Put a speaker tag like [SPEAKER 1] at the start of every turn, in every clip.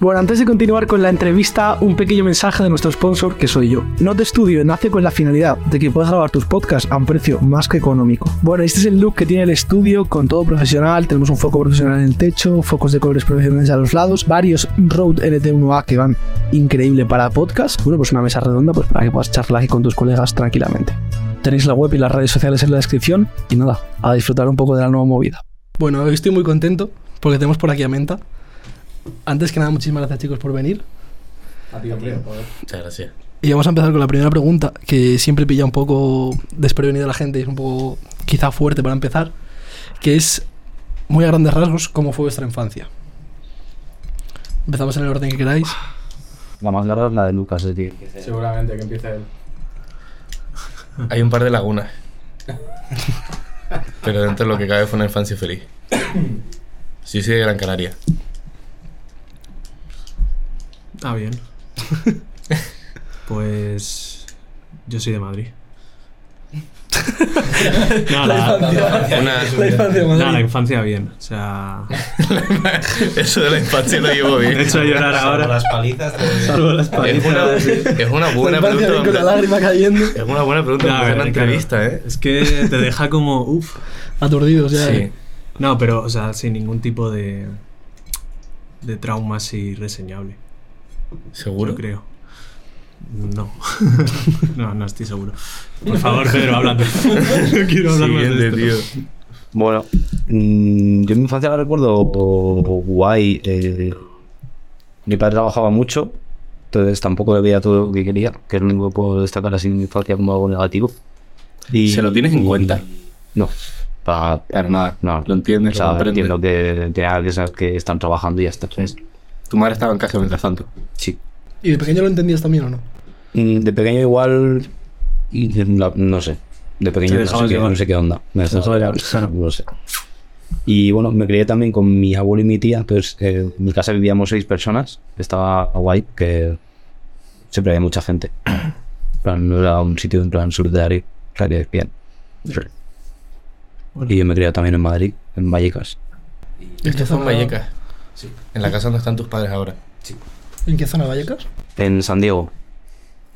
[SPEAKER 1] Bueno, antes de continuar con la entrevista, un pequeño mensaje de nuestro sponsor, que soy yo. Note Studio nace con la finalidad de que puedas grabar tus podcasts a un precio más que económico. Bueno, este es el look que tiene el estudio, con todo profesional. Tenemos un foco profesional en el techo, focos de colores profesionales a los lados, varios Rode NT1A que van increíble para podcast. Bueno, pues una mesa redonda pues para que puedas charlar aquí con tus colegas tranquilamente. Tenéis la web y las redes sociales en la descripción. Y nada, a disfrutar un poco de la nueva movida.
[SPEAKER 2] Bueno, hoy estoy muy contento porque tenemos por aquí a Menta. Antes que nada, muchísimas gracias chicos por venir.
[SPEAKER 3] Muchas gracias.
[SPEAKER 2] Y vamos a empezar con la primera pregunta, que siempre pilla un poco desprevenida a la gente, es un poco quizá fuerte para empezar, que es, muy a grandes rasgos, cómo fue vuestra infancia. Empezamos en el orden que queráis.
[SPEAKER 4] La más larga es la de Lucas, es decir.
[SPEAKER 5] Seguramente que empieza él.
[SPEAKER 3] Hay un par de lagunas. Pero dentro de lo que cabe fue una infancia feliz. Sí, sí, de Gran Canaria.
[SPEAKER 5] Ah, bien. pues. Yo soy de Madrid. no, la,
[SPEAKER 3] Una-
[SPEAKER 5] no, la infancia bien. O sea.
[SPEAKER 3] Eso de la infancia lo llevo bien.
[SPEAKER 5] Me he hecho llorar ahora.
[SPEAKER 6] las palizas
[SPEAKER 5] Salvo las
[SPEAKER 3] Es una,
[SPEAKER 5] palizas.
[SPEAKER 3] es una buena
[SPEAKER 2] La infancia
[SPEAKER 3] pregunta.
[SPEAKER 2] con la lágrima cayendo.
[SPEAKER 3] Es una buena pregunta
[SPEAKER 5] No, a
[SPEAKER 3] para hacer
[SPEAKER 5] ver,
[SPEAKER 3] una
[SPEAKER 5] claro.
[SPEAKER 3] entrevista, ¿eh?
[SPEAKER 5] Es que te deja como. Uf.
[SPEAKER 2] Aturdidos ya.
[SPEAKER 3] Sí.
[SPEAKER 2] eh.
[SPEAKER 5] No, pero, o sea, sin ningún tipo de. de trauma así reseñable.
[SPEAKER 3] Seguro.
[SPEAKER 5] Yo creo. No. no, no estoy seguro. Por favor, Pedro, háblate. no quiero hablar más de este
[SPEAKER 3] Siguiente,
[SPEAKER 5] esto.
[SPEAKER 3] tío.
[SPEAKER 4] Bueno, mm, yo mi infancia la recuerdo guay. eh, mi padre trabajaba mucho, entonces tampoco le veía todo lo que quería, que es lo único que puedo destacar así en mi infancia como algo negativo. Y,
[SPEAKER 7] ¿Se lo tienes en cuenta?
[SPEAKER 4] No, para,
[SPEAKER 7] Claro, nada.
[SPEAKER 4] no.
[SPEAKER 7] Lo entiendes,
[SPEAKER 4] O sea,
[SPEAKER 7] lo comprendes.
[SPEAKER 4] entiendo que tenía que saber que están trabajando y ya está. ¿sabes?
[SPEAKER 7] Tu madre estaba en casa mientras tanto.
[SPEAKER 4] Sí.
[SPEAKER 2] ¿Y de pequeño lo entendías también o no?
[SPEAKER 4] Mm, De pequeño igual, y de- la- no sé. De pequeño
[SPEAKER 5] Te
[SPEAKER 4] no sé,
[SPEAKER 5] dejabas
[SPEAKER 4] qué,
[SPEAKER 5] llevar.
[SPEAKER 4] no sé qué onda. Me dejaba llevar, no lo sé. Y bueno, me crié también con mi abuelo y mi tía. Pues, eh, en mi casa vivíamos seis personas. Estaba guay, que siempre había mucha gente. En plan, no era un sitio en plan solidario. Estaría bien. Y yo me crié también en Madrid, en Vallecas.
[SPEAKER 2] ¿En qué
[SPEAKER 3] Esto fue
[SPEAKER 5] Ah.
[SPEAKER 2] zona,
[SPEAKER 3] en Vallecas. En la casa donde están tus padres ahora.
[SPEAKER 2] ¿En qué zona de Vallecas?
[SPEAKER 4] En San Diego.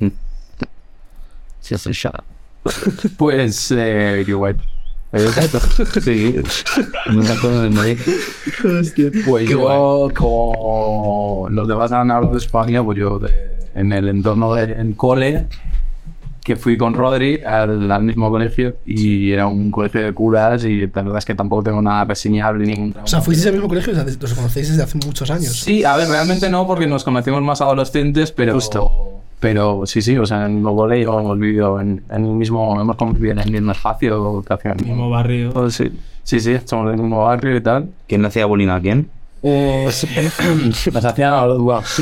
[SPEAKER 4] Mm. Sí, hace ya.
[SPEAKER 7] Pues, eh, igual.
[SPEAKER 4] Sí. Me acuerdo de Madrid.
[SPEAKER 7] Pues yo, como los demás han hablado de España, pues yo de- en el entorno del cole, que fui con Rodri al, al mismo colegio y era un colegio de curas y la verdad es que tampoco tengo nada reseñable ni ningún
[SPEAKER 2] O sea, fuisteis al mismo colegio, o sea, los conocéis desde hace muchos años.
[SPEAKER 7] Sí, a ver, realmente no, porque nos conocimos más adolescentes, pero. Pero sí, sí, o sea, en lo volei hemos vivido en, en el mismo. Hemos convivido en el mismo espacio, casi en el
[SPEAKER 5] Mismo barrio.
[SPEAKER 7] Oh, sí. sí, sí, somos del mismo barrio y tal.
[SPEAKER 4] ¿Quién le hacía bullying a quién?
[SPEAKER 7] Eh, nos hacían a los guapos.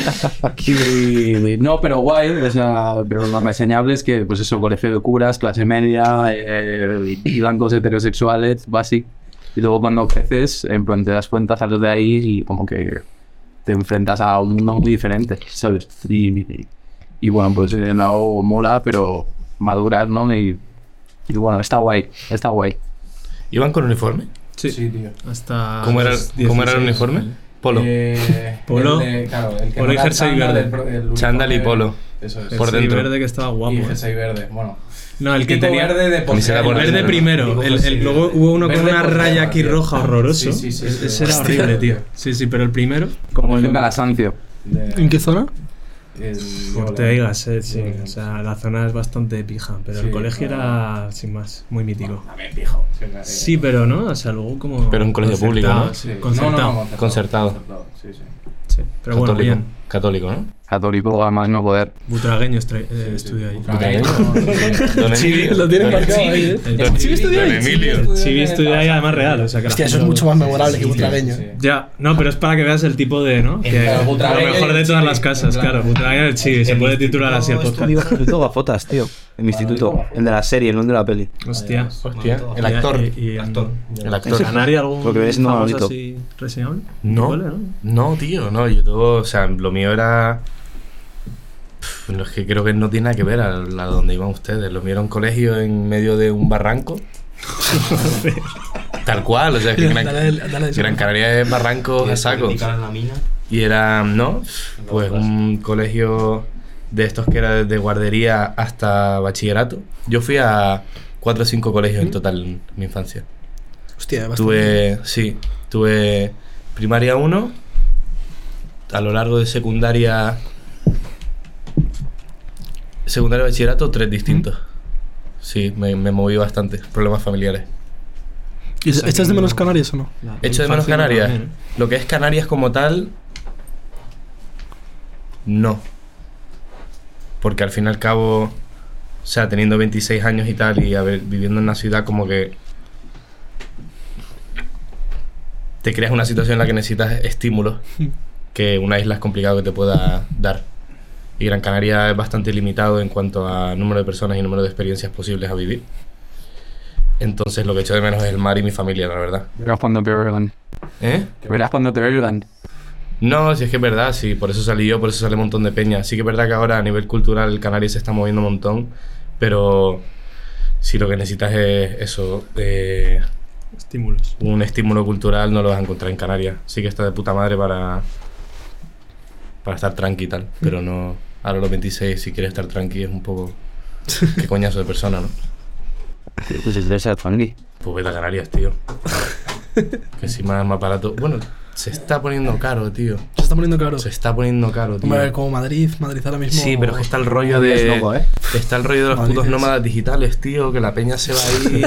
[SPEAKER 7] Y- no, pero guay, o sea, pero lo reseñable es que, pues eso, colegio de curas, clase media, eh, y blancos heterosexuales, básico. Y luego cuando creces, en plan, te das cuenta, sales de ahí y como que te enfrentas a un mundo muy diferente, ¿sabes? Y, y- y bueno, pues eh, no mola, pero maduras, ¿no? Y, y bueno, está guay, está guay.
[SPEAKER 3] ¿Iban con uniforme?
[SPEAKER 5] Sí,
[SPEAKER 6] tío.
[SPEAKER 5] Hasta.
[SPEAKER 3] ¿Cómo era,
[SPEAKER 5] los
[SPEAKER 3] cómo era
[SPEAKER 5] 16.
[SPEAKER 3] el uniforme? Polo.
[SPEAKER 6] Eh,
[SPEAKER 5] Polo.
[SPEAKER 6] el de- claro, el que
[SPEAKER 5] Polo
[SPEAKER 6] no
[SPEAKER 5] y
[SPEAKER 6] era
[SPEAKER 5] jersey
[SPEAKER 6] chándal,
[SPEAKER 5] verde.
[SPEAKER 6] el pro- el uniforme-
[SPEAKER 3] Chándal y polo.
[SPEAKER 6] Eso es.
[SPEAKER 3] Por
[SPEAKER 5] eh, Sí,
[SPEAKER 3] dentro.
[SPEAKER 5] verde que estaba guapo.
[SPEAKER 6] Y
[SPEAKER 5] eh.
[SPEAKER 6] jersey verde, bueno.
[SPEAKER 5] No, el que
[SPEAKER 6] Tipo
[SPEAKER 5] tenía.
[SPEAKER 6] verde de por
[SPEAKER 3] Camiseta por
[SPEAKER 5] Verde
[SPEAKER 3] dentro, ¿no?
[SPEAKER 5] primero, el, el- luego hubo uno con
[SPEAKER 6] Verde
[SPEAKER 5] una
[SPEAKER 6] por
[SPEAKER 5] raya
[SPEAKER 6] dentro,
[SPEAKER 5] aquí
[SPEAKER 6] tío.
[SPEAKER 5] roja horroroso. E-,
[SPEAKER 6] Sí, sí, sí, sí.
[SPEAKER 5] Ese era horrible, tío. Sí, sí, pero el primero, como el
[SPEAKER 7] Venga, la Sancio.
[SPEAKER 6] De-
[SPEAKER 2] ¿En qué zona?
[SPEAKER 6] el-
[SPEAKER 5] Como te digas, eh, sí. O sea, la zona es bastante pija, pero el
[SPEAKER 6] Sí,
[SPEAKER 5] colegio
[SPEAKER 6] claro.
[SPEAKER 5] era, sin más, muy mítico.
[SPEAKER 6] También, viejo.
[SPEAKER 5] Sí, pero no, o sea, luego como.
[SPEAKER 3] Pero un colegio público,
[SPEAKER 5] concertado,
[SPEAKER 3] ¿no?
[SPEAKER 5] Sí,
[SPEAKER 6] No, no,
[SPEAKER 5] concertado.
[SPEAKER 6] no,
[SPEAKER 3] Concertado.
[SPEAKER 6] Sí, sí.
[SPEAKER 5] Sí, pero bueno,
[SPEAKER 3] Católico.
[SPEAKER 5] bien.
[SPEAKER 3] Católico, ¿no?
[SPEAKER 7] Católico, además no poder.
[SPEAKER 5] Butragueño estre- eh, estudia ahí.
[SPEAKER 3] Don Emilio.
[SPEAKER 2] Lo tienen
[SPEAKER 3] Don-
[SPEAKER 2] marcado ahí, ¿eh?
[SPEAKER 3] Don-
[SPEAKER 2] El Chibi estudió
[SPEAKER 3] Don
[SPEAKER 2] ahí.
[SPEAKER 3] Emilio.
[SPEAKER 5] Sí, estudia ahí además real. O sea, que la
[SPEAKER 2] Hostia, eso es
[SPEAKER 5] gente-
[SPEAKER 2] mucho más memorable que Butragueño.
[SPEAKER 6] sí.
[SPEAKER 5] Ya, no, pero es para que veas el tipo de, ¿no? Que
[SPEAKER 6] Claro,
[SPEAKER 5] lo
[SPEAKER 6] Butragueño
[SPEAKER 5] mejor
[SPEAKER 6] y
[SPEAKER 5] de
[SPEAKER 6] el
[SPEAKER 5] todas
[SPEAKER 6] Chibi,
[SPEAKER 5] las casas,
[SPEAKER 6] en plan.
[SPEAKER 5] claro. Butragueño y el Chibi, se puede titular así el podcast.
[SPEAKER 4] Instituto Gafotas, tío. En mi instituto. El de la serie, el no el de la peli.
[SPEAKER 5] Hostia.
[SPEAKER 3] Hostia, el actor.
[SPEAKER 5] Y, Eh, y- y-
[SPEAKER 6] Actor.
[SPEAKER 3] El
[SPEAKER 5] ¿En
[SPEAKER 3] actor.
[SPEAKER 5] Canarias algún
[SPEAKER 4] Porque viene siendo
[SPEAKER 5] famoso
[SPEAKER 4] Manolito.
[SPEAKER 5] así reseñable?
[SPEAKER 3] No.
[SPEAKER 5] Vale, ¿no?
[SPEAKER 3] No, tío, no, yo todo, o sea, lo mío era... Pf, no, Es que creo que no tiene nada que ver a, la donde iban ustedes. Lo mío era un colegio en medio de un barranco. Tal cual, o sea, es que Gran,
[SPEAKER 2] Dale- dale-
[SPEAKER 3] Gran Canaria es barranco a saco.
[SPEAKER 6] Picar en la mina.
[SPEAKER 3] Y era, ¿no? Pues un colegio de estos que era desde guardería hasta bachillerato. Yo fui a cuatro o cinco colegios en total en mi infancia.
[SPEAKER 2] Hostia, bastante.
[SPEAKER 3] Tuve, sí, tuve primaria 1, a lo largo de secundaria, secundaria y bachillerato, tres distintos. Sí, me, me moví bastante, problemas familiares.
[SPEAKER 2] ¿Y ¿Echas de menos Canarias o no?
[SPEAKER 5] La
[SPEAKER 3] Hecho de menos
[SPEAKER 5] infancia
[SPEAKER 3] Canarias.
[SPEAKER 5] también, ¿eh?
[SPEAKER 3] Lo que es Canarias como tal, no. Porque al fin y al cabo, o sea, teniendo 26 años y tal, y haber- viviendo en una ciudad como que te creas una situación en la que necesitas estímulos que una isla es complicado que te pueda dar. Y Gran Canaria es bastante limitado en cuanto a número de personas y número de experiencias posibles a vivir. Entonces lo que echo de menos es el mar y mi familia, la verdad.
[SPEAKER 7] Verás cuando te oigan.
[SPEAKER 3] ¿Eh?
[SPEAKER 7] Verás cuando te oigan.
[SPEAKER 3] No, si es que es verdad, sí, por eso salí yo, por eso sale un montón de peña. Sí que es verdad que ahora a nivel cultural Canarias se está moviendo un montón, pero si lo que necesitas es eso, eh,
[SPEAKER 5] Estímulos.
[SPEAKER 3] un estímulo cultural no lo vas a encontrar en Canarias. Sí que está de puta madre para, para estar tranqui y tal, pero no, ahora a los 26 si quieres estar tranqui es un poco... Qué coñazo de persona, ¿no?
[SPEAKER 4] Pues el de esa familia.
[SPEAKER 3] Pues vete a Canarias, tío. Que si más, más barato... Bueno, se está poniendo caro, tío.
[SPEAKER 2] Se está poniendo claro.
[SPEAKER 3] Se está poniendo caro, tío.
[SPEAKER 2] Hombre, como Madrid, Madrid ahora mismo.
[SPEAKER 3] Sí, pero es que está el rollo de.
[SPEAKER 4] ¿eh?
[SPEAKER 3] Está el rollo de los
[SPEAKER 2] Madrid
[SPEAKER 3] putos
[SPEAKER 2] es-
[SPEAKER 3] nómadas digitales, tío, que la peña se va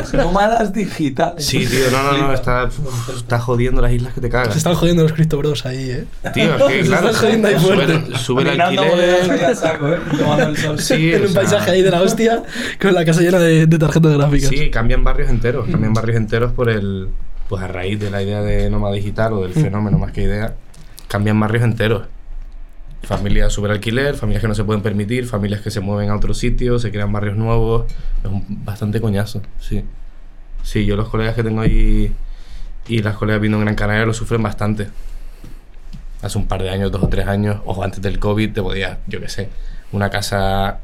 [SPEAKER 3] ahí.
[SPEAKER 7] Nómadas digitales.
[SPEAKER 3] Sí, tío, no, no, no, está, uf, está jodiendo las islas que te
[SPEAKER 2] Se
[SPEAKER 3] cagas.
[SPEAKER 2] están jodiendo los Cristo Bros ahí, eh.
[SPEAKER 3] Tío, es que
[SPEAKER 2] se
[SPEAKER 3] claro,
[SPEAKER 2] está jodiendo ahí
[SPEAKER 3] sube,
[SPEAKER 2] fuerte.
[SPEAKER 3] el- sube el
[SPEAKER 6] Caminando
[SPEAKER 3] alquiler.
[SPEAKER 6] bodegas, saco, ¿eh? Tomando el sol.
[SPEAKER 3] Sí,
[SPEAKER 2] en
[SPEAKER 3] o
[SPEAKER 2] un
[SPEAKER 3] sea,
[SPEAKER 2] paisaje ahí de la hostia, con la casa llena de, de tarjetas gráficas.
[SPEAKER 3] Sí, cambian barrios enteros, cambian barrios enteros por el. Pues a raíz de la idea de nómada digital o del fenómeno más que idea, cambian barrios enteros. Familias super alquiler, familias que no se pueden permitir, familias que se mueven a otro sitio, se crean barrios nuevos. Es un bastante coñazo, sí. Sí, yo los colegas que tengo ahí y las colegas viendo en Gran Canaria lo sufren bastante. Hace un par de años, dos o tres años, o antes del COVID, te podías, yo qué sé, una casa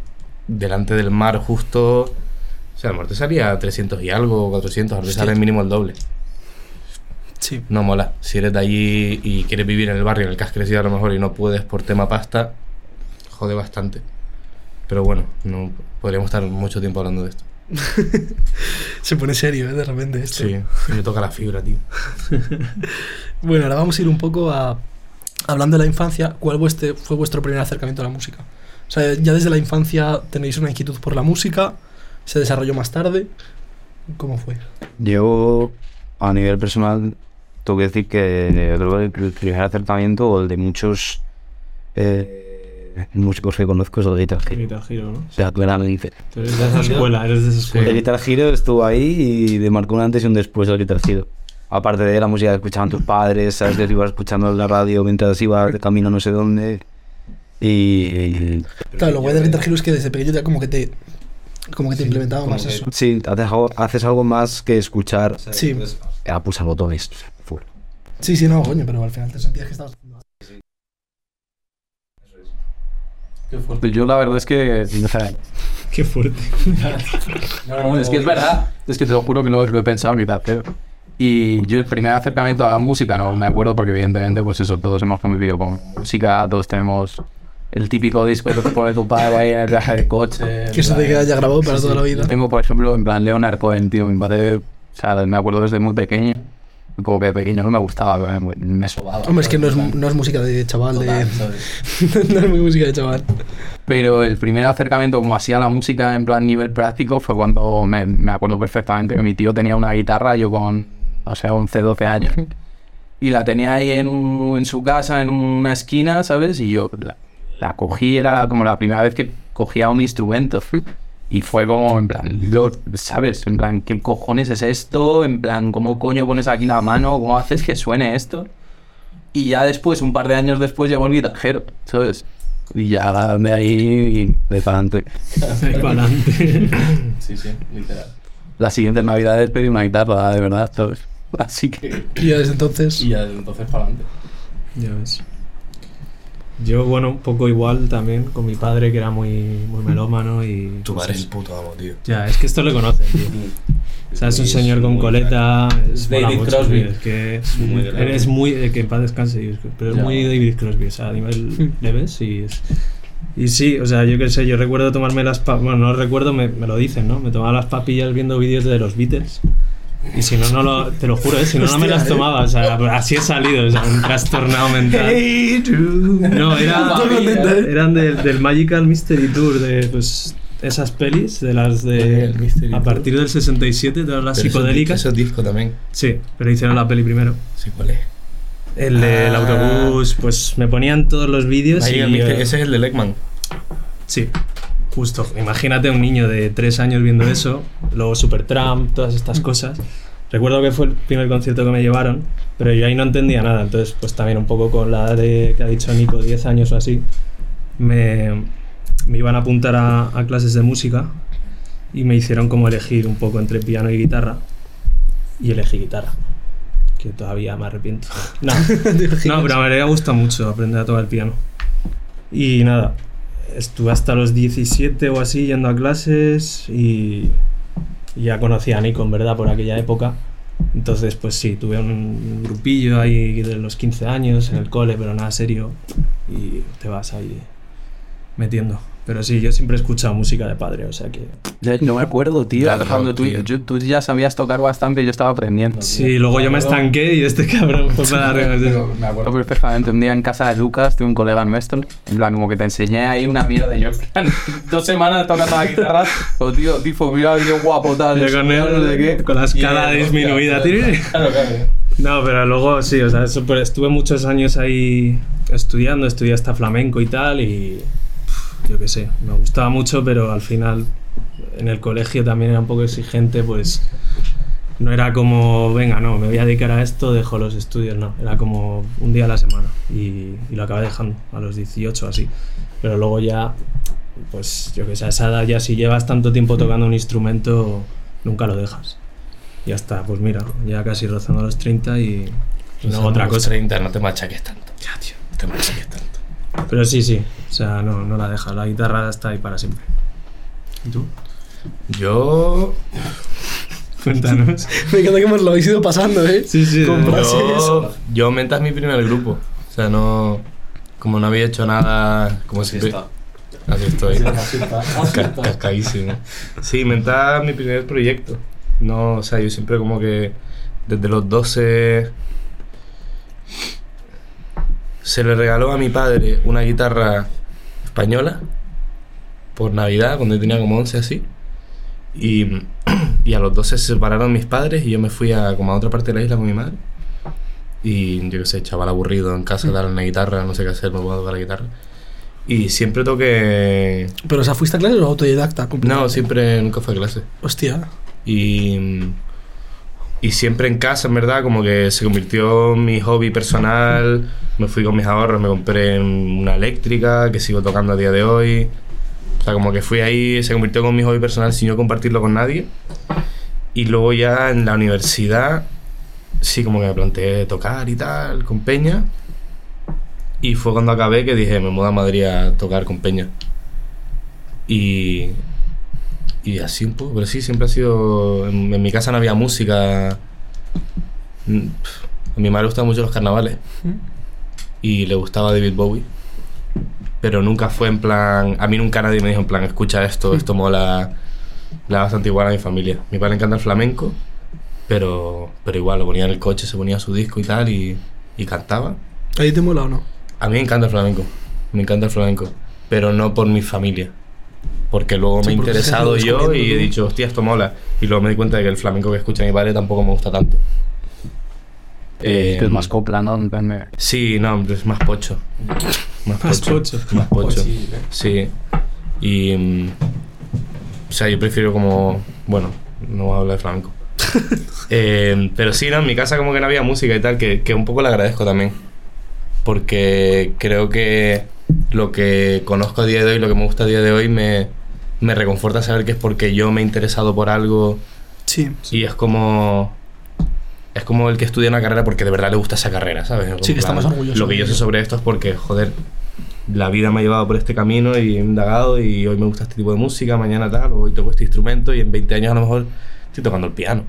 [SPEAKER 3] delante del mar justo. O sea, a lo mejor te salía 300 y algo, 400, ahora te sale mínimo el doble.
[SPEAKER 2] Sí.
[SPEAKER 3] No mola. Si eres de allí y quieres vivir en el barrio en el que has crecido a lo mejor y no puedes por tema pasta, jode bastante. Pero bueno, no podríamos estar mucho tiempo hablando de esto.
[SPEAKER 2] Se pone serio, eh, de repente. esto.
[SPEAKER 3] me toca la fibra, tío.
[SPEAKER 2] Bueno, ahora vamos a ir un poco a. Hablando de la infancia, ¿cuál vueste- fue vuestro primer acercamiento a la música? O sea, ya desde la infancia tenéis una inquietud por la música, se desarrolló más tarde. ¿Cómo fue?
[SPEAKER 4] Yo, a nivel personal, tengo que decir que creo que el primer acercamiento o el de muchos eh, músicos que conozco es el de Guitar Hero.
[SPEAKER 5] Guitar Hero, ¿no?
[SPEAKER 4] O sea, claramente.
[SPEAKER 5] Tú eres de esa escuela, eres de esa
[SPEAKER 4] El
[SPEAKER 5] escuela.
[SPEAKER 4] Guitar Hero estuvo ahí y de marcó un antes y un después del Guitar Hero. Aparte de la música que escuchaban tus padres, sabes que ibas escuchando en la radio mientras ibas de camino no sé dónde. Y, y-
[SPEAKER 2] claro, lo guay del Guitar Hero es que desde pequeño ya como que te. Como que te implementaba más eso.
[SPEAKER 4] sí, haces algo, haces algo más que escuchar
[SPEAKER 2] Sí.
[SPEAKER 4] a pulsar botones. Full.
[SPEAKER 2] Sí, sí, no, coño, pero al final te sentías que estabas.
[SPEAKER 7] Yo la verdad es que.
[SPEAKER 5] Qué fuerte.
[SPEAKER 7] No, es que es verdad. Es que te lo juro que no lo he pensado ni tal, pero- Y yo el primer acercamiento a la música, no me acuerdo porque evidentemente, pues eso, todos hemos convivido con música, todos tenemos el típico disco que te pone tu padre ahí en el viaje de coche.
[SPEAKER 2] Que eso te queda ya grabado para toda la vida.
[SPEAKER 7] Yo tengo, por ejemplo, en plan Leonard Cohen, tío, mi padre, o sea, me acuerdo desde muy pequeño, como que de pequeño no me gustaba, pero me, me sobaba.
[SPEAKER 2] Hombre, es que no es, no es música de chaval, de,
[SPEAKER 6] ¿sabes?
[SPEAKER 2] no es muy música de chaval.
[SPEAKER 7] Pero el primer acercamiento como hacía la música en plan nivel práctico fue cuando me, me acuerdo perfectamente que mi tío tenía una guitarra, yo con, o sea, 11, 12 años. y la tenía ahí en, un- en su casa, en una esquina, ¿sabes? Y yo la, la cogí, era como la primera vez que cogía un instrumento. Y fue como, en plan, lo- ¿sabes? En plan, ¿qué cojones es esto? En plan, ¿cómo coño pones aquí la mano? ¿Cómo haces que suene esto? Y ya después, un par de años después, llegó el guitarrero, ¿sabes? Y ya de ahí, de para adelante.
[SPEAKER 5] Para adelante.
[SPEAKER 6] Sí, sí, literal.
[SPEAKER 7] Las siguientes navidades pedí una guitarra, de verdad, ¿sabes? Así que...
[SPEAKER 2] Y ya desde entonces.
[SPEAKER 6] Y ya desde entonces para adelante.
[SPEAKER 5] Ya ves. Yo, bueno, un poco igual también con mi padre, que era muy, muy melómano y... pues
[SPEAKER 3] Tu madre es el puto amo, tío.
[SPEAKER 5] Ya, es que esto le conocen, tío. O sea, es un señor con coleta. Es
[SPEAKER 6] David
[SPEAKER 5] mola mucho,
[SPEAKER 6] Crosby.
[SPEAKER 5] tío, Es que
[SPEAKER 6] Muy grande.
[SPEAKER 5] eres muy. eh, que en paz descanse, Dios, pero es
[SPEAKER 6] Ya.
[SPEAKER 5] muy David Crosby. O sea, a nivel le ves y es. Y sí, o sea, yo qué sé, yo recuerdo tomarme las. pa- Bueno, no lo recuerdo, me, me lo dicen, ¿no? Me tomaba las papillas viendo vídeos de los Beatles. Y si no, no lo. Te lo juro, ¿eh? Si no, no me
[SPEAKER 2] Hostia,
[SPEAKER 5] las
[SPEAKER 2] eh.
[SPEAKER 5] tomaba. O sea, así he salido, o sea, un trastornado mental. No, era,
[SPEAKER 2] eh.
[SPEAKER 5] eran del- del Magical Mystery Tour, de pues, esas pelis, de las de...
[SPEAKER 2] eh,
[SPEAKER 3] Magical Mystery
[SPEAKER 5] A partir del 67, todas las psicodélicas.
[SPEAKER 3] Eso es disco también.
[SPEAKER 5] Sí, pero hicieron la peli primero.
[SPEAKER 3] Sí, ¿cuál es?
[SPEAKER 5] El del
[SPEAKER 3] Ah.
[SPEAKER 5] autobús, pues me ponían todos los vídeos y...
[SPEAKER 3] Ahí, el Mister-
[SPEAKER 5] eh,
[SPEAKER 3] ese es el de Leckman.
[SPEAKER 5] Sí, justo. Imagínate un niño de tres años viendo eso, luego Supertramp, todas estas cosas. Recuerdo que fue el primer concierto que me llevaron, pero yo ahí no entendía nada. Entonces, pues también un poco con la edad de, que ha dicho Nico, 10 años o así, me, me iban a apuntar a, a clases de música y me hicieron como elegir un poco entre piano y guitarra. Y elegí guitarra, que todavía me arrepiento. No, no pero me habría gustado mucho aprender a tocar el piano. Y nada, estuve hasta los 17 o así yendo a clases y y ya conocía a Nico, en verdad, por aquella época. Entonces, pues sí, tuve un grupillo ahí de los 15 años en el cole, pero nada serio. Y te vas ahí metiendo. Pero sí, yo siempre he escuchado música de padre, o sea que...
[SPEAKER 7] No me acuerdo, tío.
[SPEAKER 3] Claro,
[SPEAKER 7] Alejandro, tú,
[SPEAKER 3] tío.
[SPEAKER 7] yo- tú ya sabías tocar bastante, yo estaba aprendiendo.
[SPEAKER 5] Sí, luego yo me estanqué y este cabrón fue para arriba.
[SPEAKER 6] Pero me
[SPEAKER 7] Yo
[SPEAKER 6] acuerdo.
[SPEAKER 7] perfectamente, un día en casa de Lucas, de un colega nuestro, en plan, como que te enseñé ahí una mierda. Y yo, en plan, dos semanas tocando la guitarra, o tío, tipo, mira qué guapo tal.
[SPEAKER 5] Yo con,
[SPEAKER 7] no sé qué.
[SPEAKER 5] él, con la escala
[SPEAKER 6] Y, eh,
[SPEAKER 5] disminuida,
[SPEAKER 6] hostia,
[SPEAKER 5] tío.
[SPEAKER 6] Claro, claro.
[SPEAKER 5] No, pero luego sí, o sea, eso, pero estuve muchos años ahí estudiando, estudié hasta flamenco y tal, y pf, yo qué sé, me gustaba mucho, pero al final en el colegio también era un poco exigente, pues no era como, venga, no, me voy a dedicar a esto, dejo los estudios, no, era como un día a la semana y, y lo acabé dejando a los 18 así, pero luego ya, pues yo que sé, a esa edad ya si llevas tanto tiempo tocando un instrumento, nunca lo dejas. Ya está, pues mira, ya casi rozando los 30 y y no hago otra cosa.
[SPEAKER 3] 30, Pues no te machaques tanto. Ya, tío. No te machaques tanto.
[SPEAKER 5] Pero sí, sí, o sea, no, no la dejas, la guitarra está ahí para siempre. ¿Y tú?
[SPEAKER 3] Yo.
[SPEAKER 5] Cuéntanos.
[SPEAKER 2] Me encanta que hemos lo habéis ido pasando, ¿eh?
[SPEAKER 5] sí, sí.
[SPEAKER 2] Con
[SPEAKER 5] de-
[SPEAKER 2] frases.
[SPEAKER 3] Yo, yo Menta es mi primer grupo. O sea, no. Como no había hecho nada. Como
[SPEAKER 6] Así
[SPEAKER 3] siempre-
[SPEAKER 6] está.
[SPEAKER 3] Así estoy.
[SPEAKER 6] Así está. Así
[SPEAKER 3] Ca-
[SPEAKER 6] está.
[SPEAKER 3] Cascadísimo. Sí, Menta es mi primer proyecto. No, o sea, yo siempre como que desde los 12 se le regaló a mi padre una guitarra española por Navidad, cuando yo tenía como 11 así. Y, y a los 12 se separaron mis padres y yo me fui a como a otra parte de la isla con mi madre. Y yo qué sé, chaval aburrido en casa, dar una guitarra, no sé qué hacer, no puedo tocar la guitarra. Y siempre toqué
[SPEAKER 2] Pero, o sea, ¿fuiste a clases o autodidacta?
[SPEAKER 3] no,
[SPEAKER 2] completamente?
[SPEAKER 3] siempre nunca fue a clase.
[SPEAKER 2] Hostia.
[SPEAKER 3] Y, y siempre en casa, en verdad, como que se convirtió en mi hobby personal. Me fui con mis ahorros, me compré una eléctrica que sigo tocando a día de hoy. O sea, como que fui ahí, se convirtió con mi hobby personal sin yo compartirlo con nadie. Y luego ya en la universidad, sí, como que me planteé tocar y tal, con Peña. Y fue cuando acabé que dije, me mudo a Madrid a tocar con Peña. Y, y así un poco, pero sí, siempre ha sido. En, en mi casa no había música. Mm, pf, A mi madre le gustaban mucho los carnavales.
[SPEAKER 2] ¿Mm?
[SPEAKER 3] Y le gustaba David Bowie. Pero nunca fue en plan. A mí nunca nadie me dijo en plan, escucha esto, esto mola. La bastante igual a mi familia. Mi padre le encanta el flamenco, pero, pero igual lo ponía en el coche, se ponía su disco y tal, y, y cantaba.
[SPEAKER 2] ¿Ahí te mola o no?
[SPEAKER 3] A mí me encanta el flamenco. Me encanta el flamenco. Pero no por mi familia. Porque luego
[SPEAKER 2] Sí,
[SPEAKER 3] me he
[SPEAKER 2] porque se
[SPEAKER 3] interesado
[SPEAKER 2] lo
[SPEAKER 3] yo y
[SPEAKER 2] descubriendo
[SPEAKER 3] he
[SPEAKER 2] tú.
[SPEAKER 3] dicho, hostia, esto mola. Y luego me di cuenta de que el flamenco que escucha mi padre tampoco me gusta tanto. Eh,
[SPEAKER 7] es más copla, ¿no? En plan de-
[SPEAKER 3] Sí, no, hombre, es más pocho. Más,
[SPEAKER 5] Más
[SPEAKER 3] pocho,
[SPEAKER 5] pocho.
[SPEAKER 3] Más pocho.
[SPEAKER 6] Pochi, ¿eh?
[SPEAKER 3] Sí. Y. mm, o sea, yo prefiero como. Bueno, no voy a hablar de flamenco. Eh, pero sí, no, en mi casa como que no había música y tal, que, que un poco le agradezco también. Porque creo que lo que conozco a día de hoy, lo que me gusta a día de hoy, me, me reconforta saber que es porque yo me he interesado por algo.
[SPEAKER 2] Sí.
[SPEAKER 3] Y es como. Es como el que estudia una carrera porque de verdad le gusta esa carrera, ¿sabes? Como,
[SPEAKER 2] Sí, que está
[SPEAKER 3] claro,
[SPEAKER 2] más orgulloso.
[SPEAKER 3] Lo que yo sé sobre esto es porque, joder, la vida me ha llevado por este camino y he indagado y hoy me gusta este tipo de música, mañana tal, o hoy toco este instrumento y en 20 años a lo mejor estoy tocando el piano.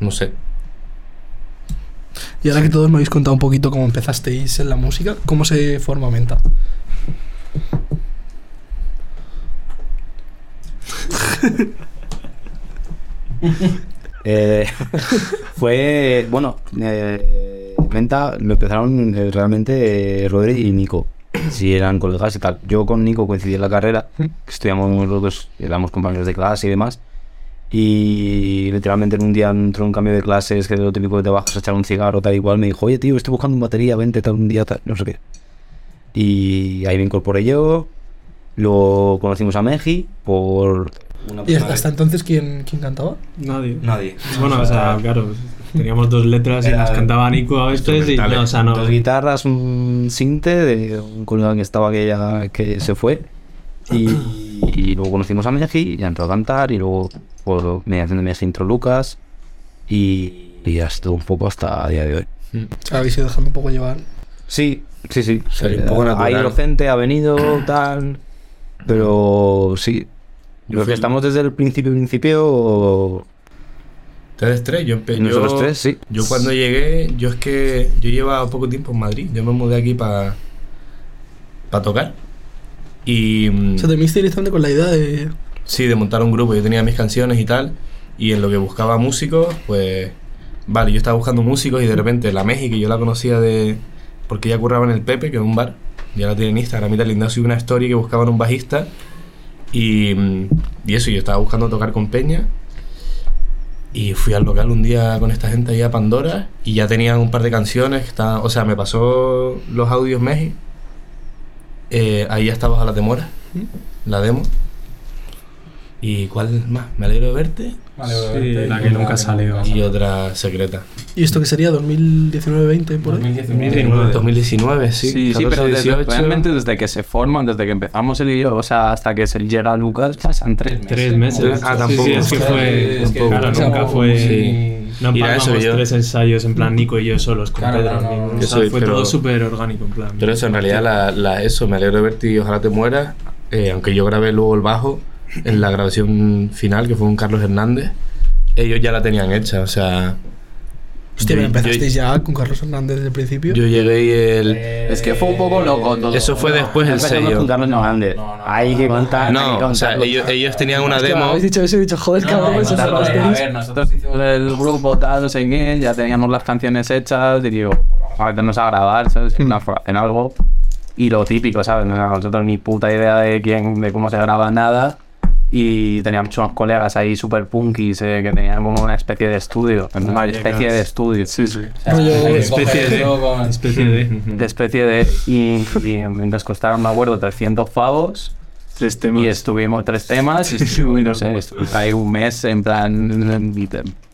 [SPEAKER 3] No sé.
[SPEAKER 2] Y ahora que todos me habéis contado un poquito cómo empezasteis en la música, ¿cómo se forma Menta?
[SPEAKER 4] Eh, fue, bueno, eh, Menta lo empezaron eh, realmente eh, Rodri y Nico. Si eran colegas y tal. Yo con Nico coincidí en la carrera, que estudiamos los dos, éramos compañeros de clase y demás. Y literalmente en un día entró un cambio de clases, que de lo típico que te bajas a echar un cigarro, tal igual. Me dijo, oye tío, estoy buscando un batería, vente tal un día, tal, no sé qué. Y ahí me incorporé yo. Luego conocimos a Meji por. una
[SPEAKER 2] ¿Y
[SPEAKER 4] persona
[SPEAKER 2] hasta, hasta entonces quién, quién cantaba?
[SPEAKER 5] Nadie.
[SPEAKER 4] Nadie.
[SPEAKER 5] Bueno, o sea, claro, teníamos dos letras y
[SPEAKER 4] Era-
[SPEAKER 5] las cantaba Nico a veces y no, o sea, no.
[SPEAKER 4] Dos guitarras, un sinte de un colega que estaba que ya que se fue. Y, y luego conocimos a Meji, ya entró a cantar, y luego pues, por mediación de Meji entró Lucas. Y, y ya estuvo un poco hasta a día de hoy.
[SPEAKER 2] O sea, habéis ido dejando un poco llevar.
[SPEAKER 4] Sí, sí, sí.
[SPEAKER 3] Salió un poco natural.
[SPEAKER 4] Eh, Ahí docente ha venido, tal. Pero sí.
[SPEAKER 3] Yo
[SPEAKER 4] Los
[SPEAKER 3] fui
[SPEAKER 4] que
[SPEAKER 3] el-
[SPEAKER 4] estamos desde el principio, principio.
[SPEAKER 3] Ustedes tres, yo empe-
[SPEAKER 4] Nosotros
[SPEAKER 3] yo-
[SPEAKER 4] tres, sí.
[SPEAKER 3] Yo cuando llegué, yo es que yo llevaba poco tiempo en Madrid. Yo me mudé aquí para para tocar. Y mm,
[SPEAKER 2] O sea, te viniste directamente con la idea de.
[SPEAKER 3] Sí, de montar un grupo. Yo tenía mis canciones y tal. Y en lo que buscaba músicos, pues. Vale, yo estaba buscando músicos y de repente la México, yo la conocía de. Porque ella curraba en el Pepe, que es un bar. Ya la tiene en Instagram y tal. Y no subí una story que buscaban un bajista. Y, mm, y eso, yo estaba buscando tocar con Peña. Y fui al local un día con esta gente allá a Pandora. Y ya tenían un par de canciones. Que estaban- o sea, me pasó los audios México. Eh, ahí ya estabas a la temora. La demo. ¿Y cuál más? Me alegro de verte.
[SPEAKER 6] Vale,
[SPEAKER 5] Sí,
[SPEAKER 6] vete,
[SPEAKER 5] la
[SPEAKER 6] y
[SPEAKER 5] que
[SPEAKER 6] otra
[SPEAKER 5] nunca salió.
[SPEAKER 6] nunca
[SPEAKER 3] Y otra secreta.
[SPEAKER 2] ¿Y esto que sería? ¿2019-20 por ahí?
[SPEAKER 6] 2019.
[SPEAKER 3] 2019, sí.
[SPEAKER 7] Sí, sí,
[SPEAKER 3] 14,
[SPEAKER 7] pero desde-
[SPEAKER 3] 18.
[SPEAKER 7] realmente desde que se forman, desde que empezamos él y yo, o sea, hasta que se llega Lucas, pasan tres meses.
[SPEAKER 5] Tres meses.
[SPEAKER 3] Ah,
[SPEAKER 5] Sí,
[SPEAKER 3] tampoco.
[SPEAKER 5] sí, es que fue.
[SPEAKER 6] Es que
[SPEAKER 5] Claro,
[SPEAKER 6] tampoco.
[SPEAKER 5] nunca fue.
[SPEAKER 6] Sí.
[SPEAKER 5] No
[SPEAKER 3] Mira,
[SPEAKER 5] empalmamos
[SPEAKER 3] eso yo-
[SPEAKER 5] tres ensayos en plan Nico y yo solos con
[SPEAKER 6] Claro,
[SPEAKER 5] Pedro.
[SPEAKER 6] no, no,
[SPEAKER 5] ninguno.
[SPEAKER 6] no.
[SPEAKER 5] O sea,
[SPEAKER 3] Yo soy,
[SPEAKER 5] fue
[SPEAKER 3] pero-
[SPEAKER 5] todo súper orgánico en plan.
[SPEAKER 3] Pero eso, en realidad, la, la- eso, me alegro de verte y ojalá te mueras. eh, aunque yo grabé luego el bajo en la grabación final, que fue con Carlos Hernández, ellos ya la tenían hecha. O sea,
[SPEAKER 2] Hostia,
[SPEAKER 3] Yo-
[SPEAKER 2] pero empezasteis
[SPEAKER 3] yo-
[SPEAKER 2] ya con Carlos Hernández desde el principio.
[SPEAKER 3] yo llegué y el.
[SPEAKER 7] Es que fue un poco loco todo.
[SPEAKER 3] Eso fue después el
[SPEAKER 4] Empezamos a
[SPEAKER 3] sello.
[SPEAKER 4] juntarnos en Holanda.
[SPEAKER 6] No, no,
[SPEAKER 4] Hay que contar. hay Ah, que
[SPEAKER 3] No, o sea,
[SPEAKER 4] contarlo.
[SPEAKER 3] ellos, ellos tenían una
[SPEAKER 1] Hostia,
[SPEAKER 3] demo.
[SPEAKER 1] Habéis dicho eso y he dicho, joder,
[SPEAKER 6] No,
[SPEAKER 1] cabrón,
[SPEAKER 6] no,
[SPEAKER 7] Pues
[SPEAKER 1] esos
[SPEAKER 6] no,
[SPEAKER 1] son
[SPEAKER 6] no,
[SPEAKER 1] los
[SPEAKER 6] a
[SPEAKER 1] tenis.
[SPEAKER 6] ver, nosotros hicimos
[SPEAKER 7] Hicimos el grupo, tal, no sé qué, ya teníamos las canciones hechas, y digo, a meternos a grabar, ¿sabes?
[SPEAKER 5] Mm.
[SPEAKER 7] Una fra- en algo. Y lo típico, ¿sabes? No, Nosotros ni puta idea de quién, de cómo se graba nada. Y teníamos unos colegas ahí super punkis eh, que tenían como una especie de estudio. Una especie de estudio. Sí, sí.
[SPEAKER 2] Rollo-
[SPEAKER 6] hay que
[SPEAKER 5] especie
[SPEAKER 6] coger
[SPEAKER 5] de-
[SPEAKER 6] eso con-
[SPEAKER 5] Especie de.
[SPEAKER 7] De especie de. Y, y nos costaron, me acuerdo, 300 pavos.
[SPEAKER 5] Tres
[SPEAKER 7] Y
[SPEAKER 5] temas.
[SPEAKER 7] estuvimos tres temas y estuvimos, no sé, estuvimos ahí un mes en plan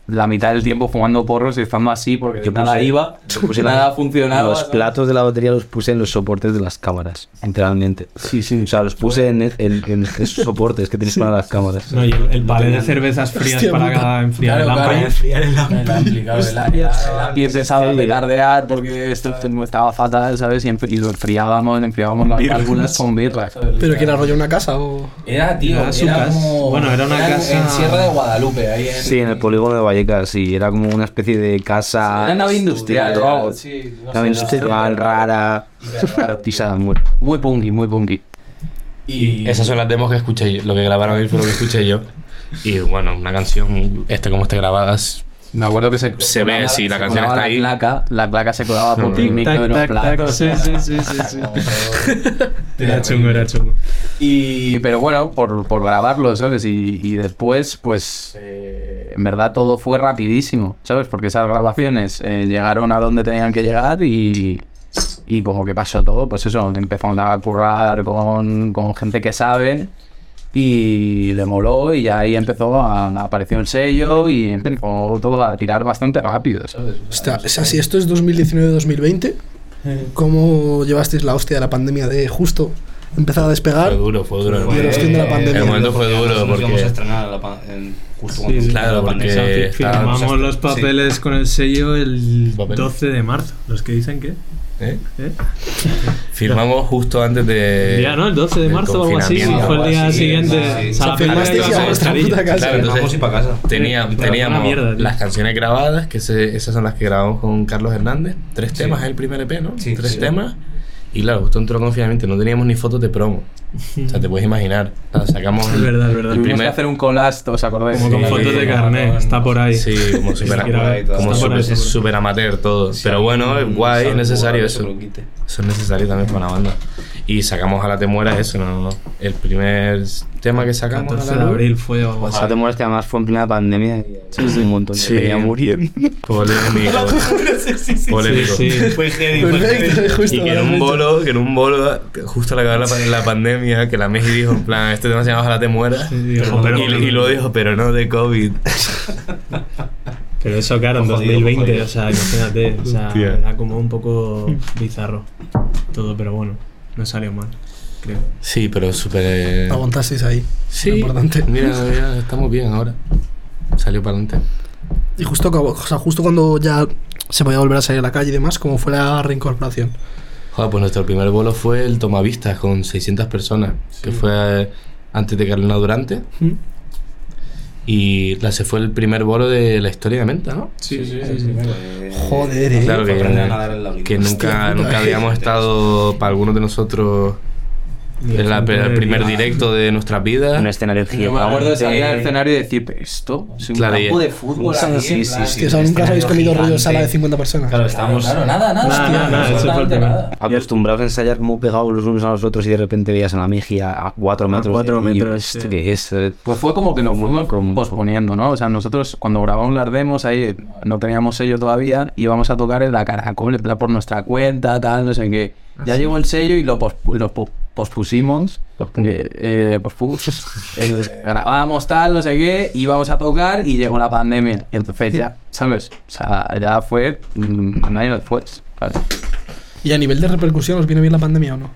[SPEAKER 7] la mitad del tiempo fumando porros y estando así porque
[SPEAKER 4] Yo
[SPEAKER 7] nada
[SPEAKER 4] puse-
[SPEAKER 7] iba,
[SPEAKER 4] puse la-
[SPEAKER 7] nada funcionaba.
[SPEAKER 4] Los
[SPEAKER 7] ¿no?
[SPEAKER 4] platos de la batería los puse en los soportes de las cámaras, literalmente. Sí, sí. O sea, los puse en, en- en esos soportes que tenéis para las cámaras.
[SPEAKER 5] No, y el, el palet de cervezas frías
[SPEAKER 2] Hostia,
[SPEAKER 5] para
[SPEAKER 2] puta.
[SPEAKER 5] cada enfriar
[SPEAKER 6] Claro,
[SPEAKER 5] el
[SPEAKER 6] claro.
[SPEAKER 5] lámpara.
[SPEAKER 6] el ampli, claro, el- el- el-
[SPEAKER 7] Y empezaba a pegardear porque esto no estaba fatal, ¿sabes? Y, enf- y lo enfriábamos, enfriábamos las válvulas con birra.
[SPEAKER 2] ¿Pero que era rollo una casa o.?
[SPEAKER 6] Era, tío,
[SPEAKER 5] Era
[SPEAKER 6] era,
[SPEAKER 5] su casa.
[SPEAKER 6] como...
[SPEAKER 5] Bueno, era una casa-
[SPEAKER 6] En Sierra de Guadalupe, ahí en...
[SPEAKER 4] Sí, en el polígono de Vallecas, sí. Era como una especie de casa.
[SPEAKER 7] Era nave industrial,
[SPEAKER 4] Era-
[SPEAKER 7] ¿no?
[SPEAKER 6] Sí, no
[SPEAKER 4] Nave
[SPEAKER 6] sé,
[SPEAKER 4] industrial
[SPEAKER 6] era-
[SPEAKER 4] rara. Garantizada, muy,
[SPEAKER 7] Muy punky, muy punky.
[SPEAKER 6] Y...
[SPEAKER 3] Esas son las demos que escuché yo. Lo que grabaron ahí fue lo que escuché yo. Y bueno, una canción, esta como está grabada, s-
[SPEAKER 7] Me acuerdo que se,
[SPEAKER 3] se ve si la canción está ahí.
[SPEAKER 7] La placa, la placa se colaba por el
[SPEAKER 5] Tic,
[SPEAKER 7] micro
[SPEAKER 5] tac,
[SPEAKER 7] de los
[SPEAKER 5] tac, tac.
[SPEAKER 7] platos.
[SPEAKER 5] Sí, sí, sí, sí. sí.
[SPEAKER 6] Como todo-
[SPEAKER 5] Era chungo, era chungo.
[SPEAKER 7] Y, pero bueno, por, por grabarlo, ¿sabes? Y, y después, pues, eh, en verdad todo fue rapidísimo, ¿sabes? Porque esas grabaciones eh, llegaron a donde tenían que llegar y, y como que pasó todo, pues eso, empezamos a currar con, con gente que sabe y le moló y ahí empezó a, apareció el sello y empezó todo a tirar bastante rápido, ¿sabes?
[SPEAKER 2] Hostia, o sea, si esto es 2019-2020, ¿cómo llevasteis la hostia de la pandemia de justo empezar a despegar?
[SPEAKER 3] Fue duro, fue duro.
[SPEAKER 2] Y el hostia de la pandemia.
[SPEAKER 3] El momento fue duro
[SPEAKER 6] Nos íbamos a
[SPEAKER 3] porque.
[SPEAKER 6] estrenar la pan- en- justo cuando
[SPEAKER 5] Sí,
[SPEAKER 6] empezó
[SPEAKER 3] claro,
[SPEAKER 6] la
[SPEAKER 3] porque
[SPEAKER 6] pandemia.
[SPEAKER 3] Eh, está-
[SPEAKER 5] Firmamos
[SPEAKER 6] pues,
[SPEAKER 5] los papeles con el sello el
[SPEAKER 3] Papeles.
[SPEAKER 5] 12 de marzo. Los que dicen que.
[SPEAKER 3] ¿eh?
[SPEAKER 5] ¿eh?
[SPEAKER 3] Firmamos justo antes de.
[SPEAKER 5] ya, ¿no? El 12 de
[SPEAKER 3] el
[SPEAKER 5] marzo o algo así.
[SPEAKER 3] confinamiento,
[SPEAKER 5] Fue el día
[SPEAKER 6] algo así,
[SPEAKER 5] siguiente.
[SPEAKER 6] sí,
[SPEAKER 5] O
[SPEAKER 6] sí.
[SPEAKER 5] sea, la
[SPEAKER 2] O sea, firmasteis y
[SPEAKER 5] primera
[SPEAKER 2] a
[SPEAKER 5] cosa
[SPEAKER 2] vuestra
[SPEAKER 5] de
[SPEAKER 2] puta casa.
[SPEAKER 3] Claro, entonces-
[SPEAKER 6] Vamos y para casa.
[SPEAKER 3] Tenía-
[SPEAKER 5] Pero
[SPEAKER 3] teníamos
[SPEAKER 5] una mierda, tío.
[SPEAKER 3] las canciones grabadas, que se- esas son las que grabamos con Carlos Hernández. Tres temas es el primer EP, ¿no?
[SPEAKER 6] Sí,
[SPEAKER 3] Tres
[SPEAKER 6] sí.
[SPEAKER 3] temas. Y claro, justo entró confinamiento, no teníamos ni fotos de promo. O sea, te puedes imaginar. O sea, sacamos.
[SPEAKER 5] Es verdad, es verdad.
[SPEAKER 3] El
[SPEAKER 7] Tuvimos
[SPEAKER 3] primer-
[SPEAKER 7] que hacer un collage, ¿os acordáis?
[SPEAKER 5] Como con
[SPEAKER 3] Sí.
[SPEAKER 5] fotos de carnet,
[SPEAKER 6] con-
[SPEAKER 5] está por ahí.
[SPEAKER 3] Sí, como super,
[SPEAKER 5] siquiera ve.
[SPEAKER 3] como
[SPEAKER 5] Está por ahí,
[SPEAKER 3] super,
[SPEAKER 5] seguro.
[SPEAKER 3] super amateur todo. Pero bueno, es guay, es necesario eso. Eso es necesario también para una banda. Y sacamos a la temuera eso, no, no, no. El primer tema que
[SPEAKER 5] El
[SPEAKER 3] sacamos. a la
[SPEAKER 5] 14 de
[SPEAKER 3] luz,
[SPEAKER 5] abril fue. o-
[SPEAKER 4] O sea, te mueres que además fue en plena pandemia y había un montón de
[SPEAKER 3] Sí.
[SPEAKER 4] peña muriendo.
[SPEAKER 3] Polémico.
[SPEAKER 5] Sí,
[SPEAKER 3] Polémico.
[SPEAKER 5] sí.
[SPEAKER 6] Fue heavy, fue
[SPEAKER 2] Perfecto,
[SPEAKER 6] heavy.
[SPEAKER 2] justo.
[SPEAKER 3] Y que en un bolo, que en un bolo, que justo al acabar la, pan- la pandemia, que la Messi dijo, en plan, este tema se llama Ojalá te mueras.
[SPEAKER 5] Sí, dijo,
[SPEAKER 3] y,
[SPEAKER 5] pero-
[SPEAKER 3] y luego dijo, pero no de COVID.
[SPEAKER 5] Pero eso, claro, en
[SPEAKER 6] Jodido,
[SPEAKER 5] 2020,
[SPEAKER 6] jodido.
[SPEAKER 5] o sea, imagínate, o sea,
[SPEAKER 3] Hostia.
[SPEAKER 5] era como un poco bizarro todo, pero bueno, no salió mal, creo.
[SPEAKER 3] Sí, pero súper. eh,
[SPEAKER 2] Aguantasteis ahí.
[SPEAKER 3] Sí,
[SPEAKER 2] Lo importante.
[SPEAKER 3] Mira, mira, estamos bien ahora. Salió para adelante.
[SPEAKER 2] Y justo, acabó- o sea, justo cuando ya se podía volver a salir a la calle y demás, como fue la reincorporación.
[SPEAKER 3] Joder, pues nuestro primer bolo fue el Tomavistas con 600 personas, que fue eh, antes de Carolina Durante.
[SPEAKER 2] ¿Mm?
[SPEAKER 3] Eh, Y la, se fue el primer bolo de la historia de Menta, ¿no?
[SPEAKER 5] Sí, sí,
[SPEAKER 2] Joder, eh.
[SPEAKER 3] Claro que-
[SPEAKER 6] Aprender a nadar en la
[SPEAKER 3] Que
[SPEAKER 6] vida.
[SPEAKER 3] nunca,
[SPEAKER 2] puta,
[SPEAKER 3] nunca
[SPEAKER 2] qué
[SPEAKER 3] habíamos
[SPEAKER 6] gente.
[SPEAKER 3] estado, para algunos de nosotros, en la- el primer directo de nuestras vidas.
[SPEAKER 4] Un escenario
[SPEAKER 7] Yo me acuerdo de salir
[SPEAKER 4] gigante.
[SPEAKER 7] al escenario y decir, "Pero esto es un
[SPEAKER 3] Claro,
[SPEAKER 7] campo
[SPEAKER 3] y-
[SPEAKER 7] de fútbol. aquí, en
[SPEAKER 2] Hostia,
[SPEAKER 7] plan,
[SPEAKER 2] o sea, nunca os habéis comido rollo sala de 50 personas.
[SPEAKER 6] Claro, estábamos.
[SPEAKER 7] Claro,
[SPEAKER 6] nada, nada,
[SPEAKER 5] Nada,
[SPEAKER 6] hostia,
[SPEAKER 5] nada, eso fue el
[SPEAKER 6] absolutamente
[SPEAKER 5] primero.
[SPEAKER 6] nada.
[SPEAKER 4] Acostumbrados a ensayar muy pegados los unos a los otros y de repente veías a la mejía a cuatro metros.
[SPEAKER 5] cuatro
[SPEAKER 4] y-
[SPEAKER 5] metros, sí.
[SPEAKER 4] ¿esto qué es? Eh,
[SPEAKER 7] Pues fue como que nos fuimos posponiendo, ¿no? O sea, nosotros cuando grabamos las demos, ahí no teníamos sello todavía, íbamos a tocar en la Caracol, en plan por nuestra cuenta, tal, no sé qué. Ya llegó el sello y lo, pos- lo po- pospusimos, eh, eh, pospus- eh, grabamos tal, no sé qué, íbamos a tocar y llegó la pandemia. Y entonces ya, ¿sabes? O sea, ya fue mm, un año después. ¿sabes?
[SPEAKER 2] ¿Y a nivel de repercusión os viene bien la pandemia o no?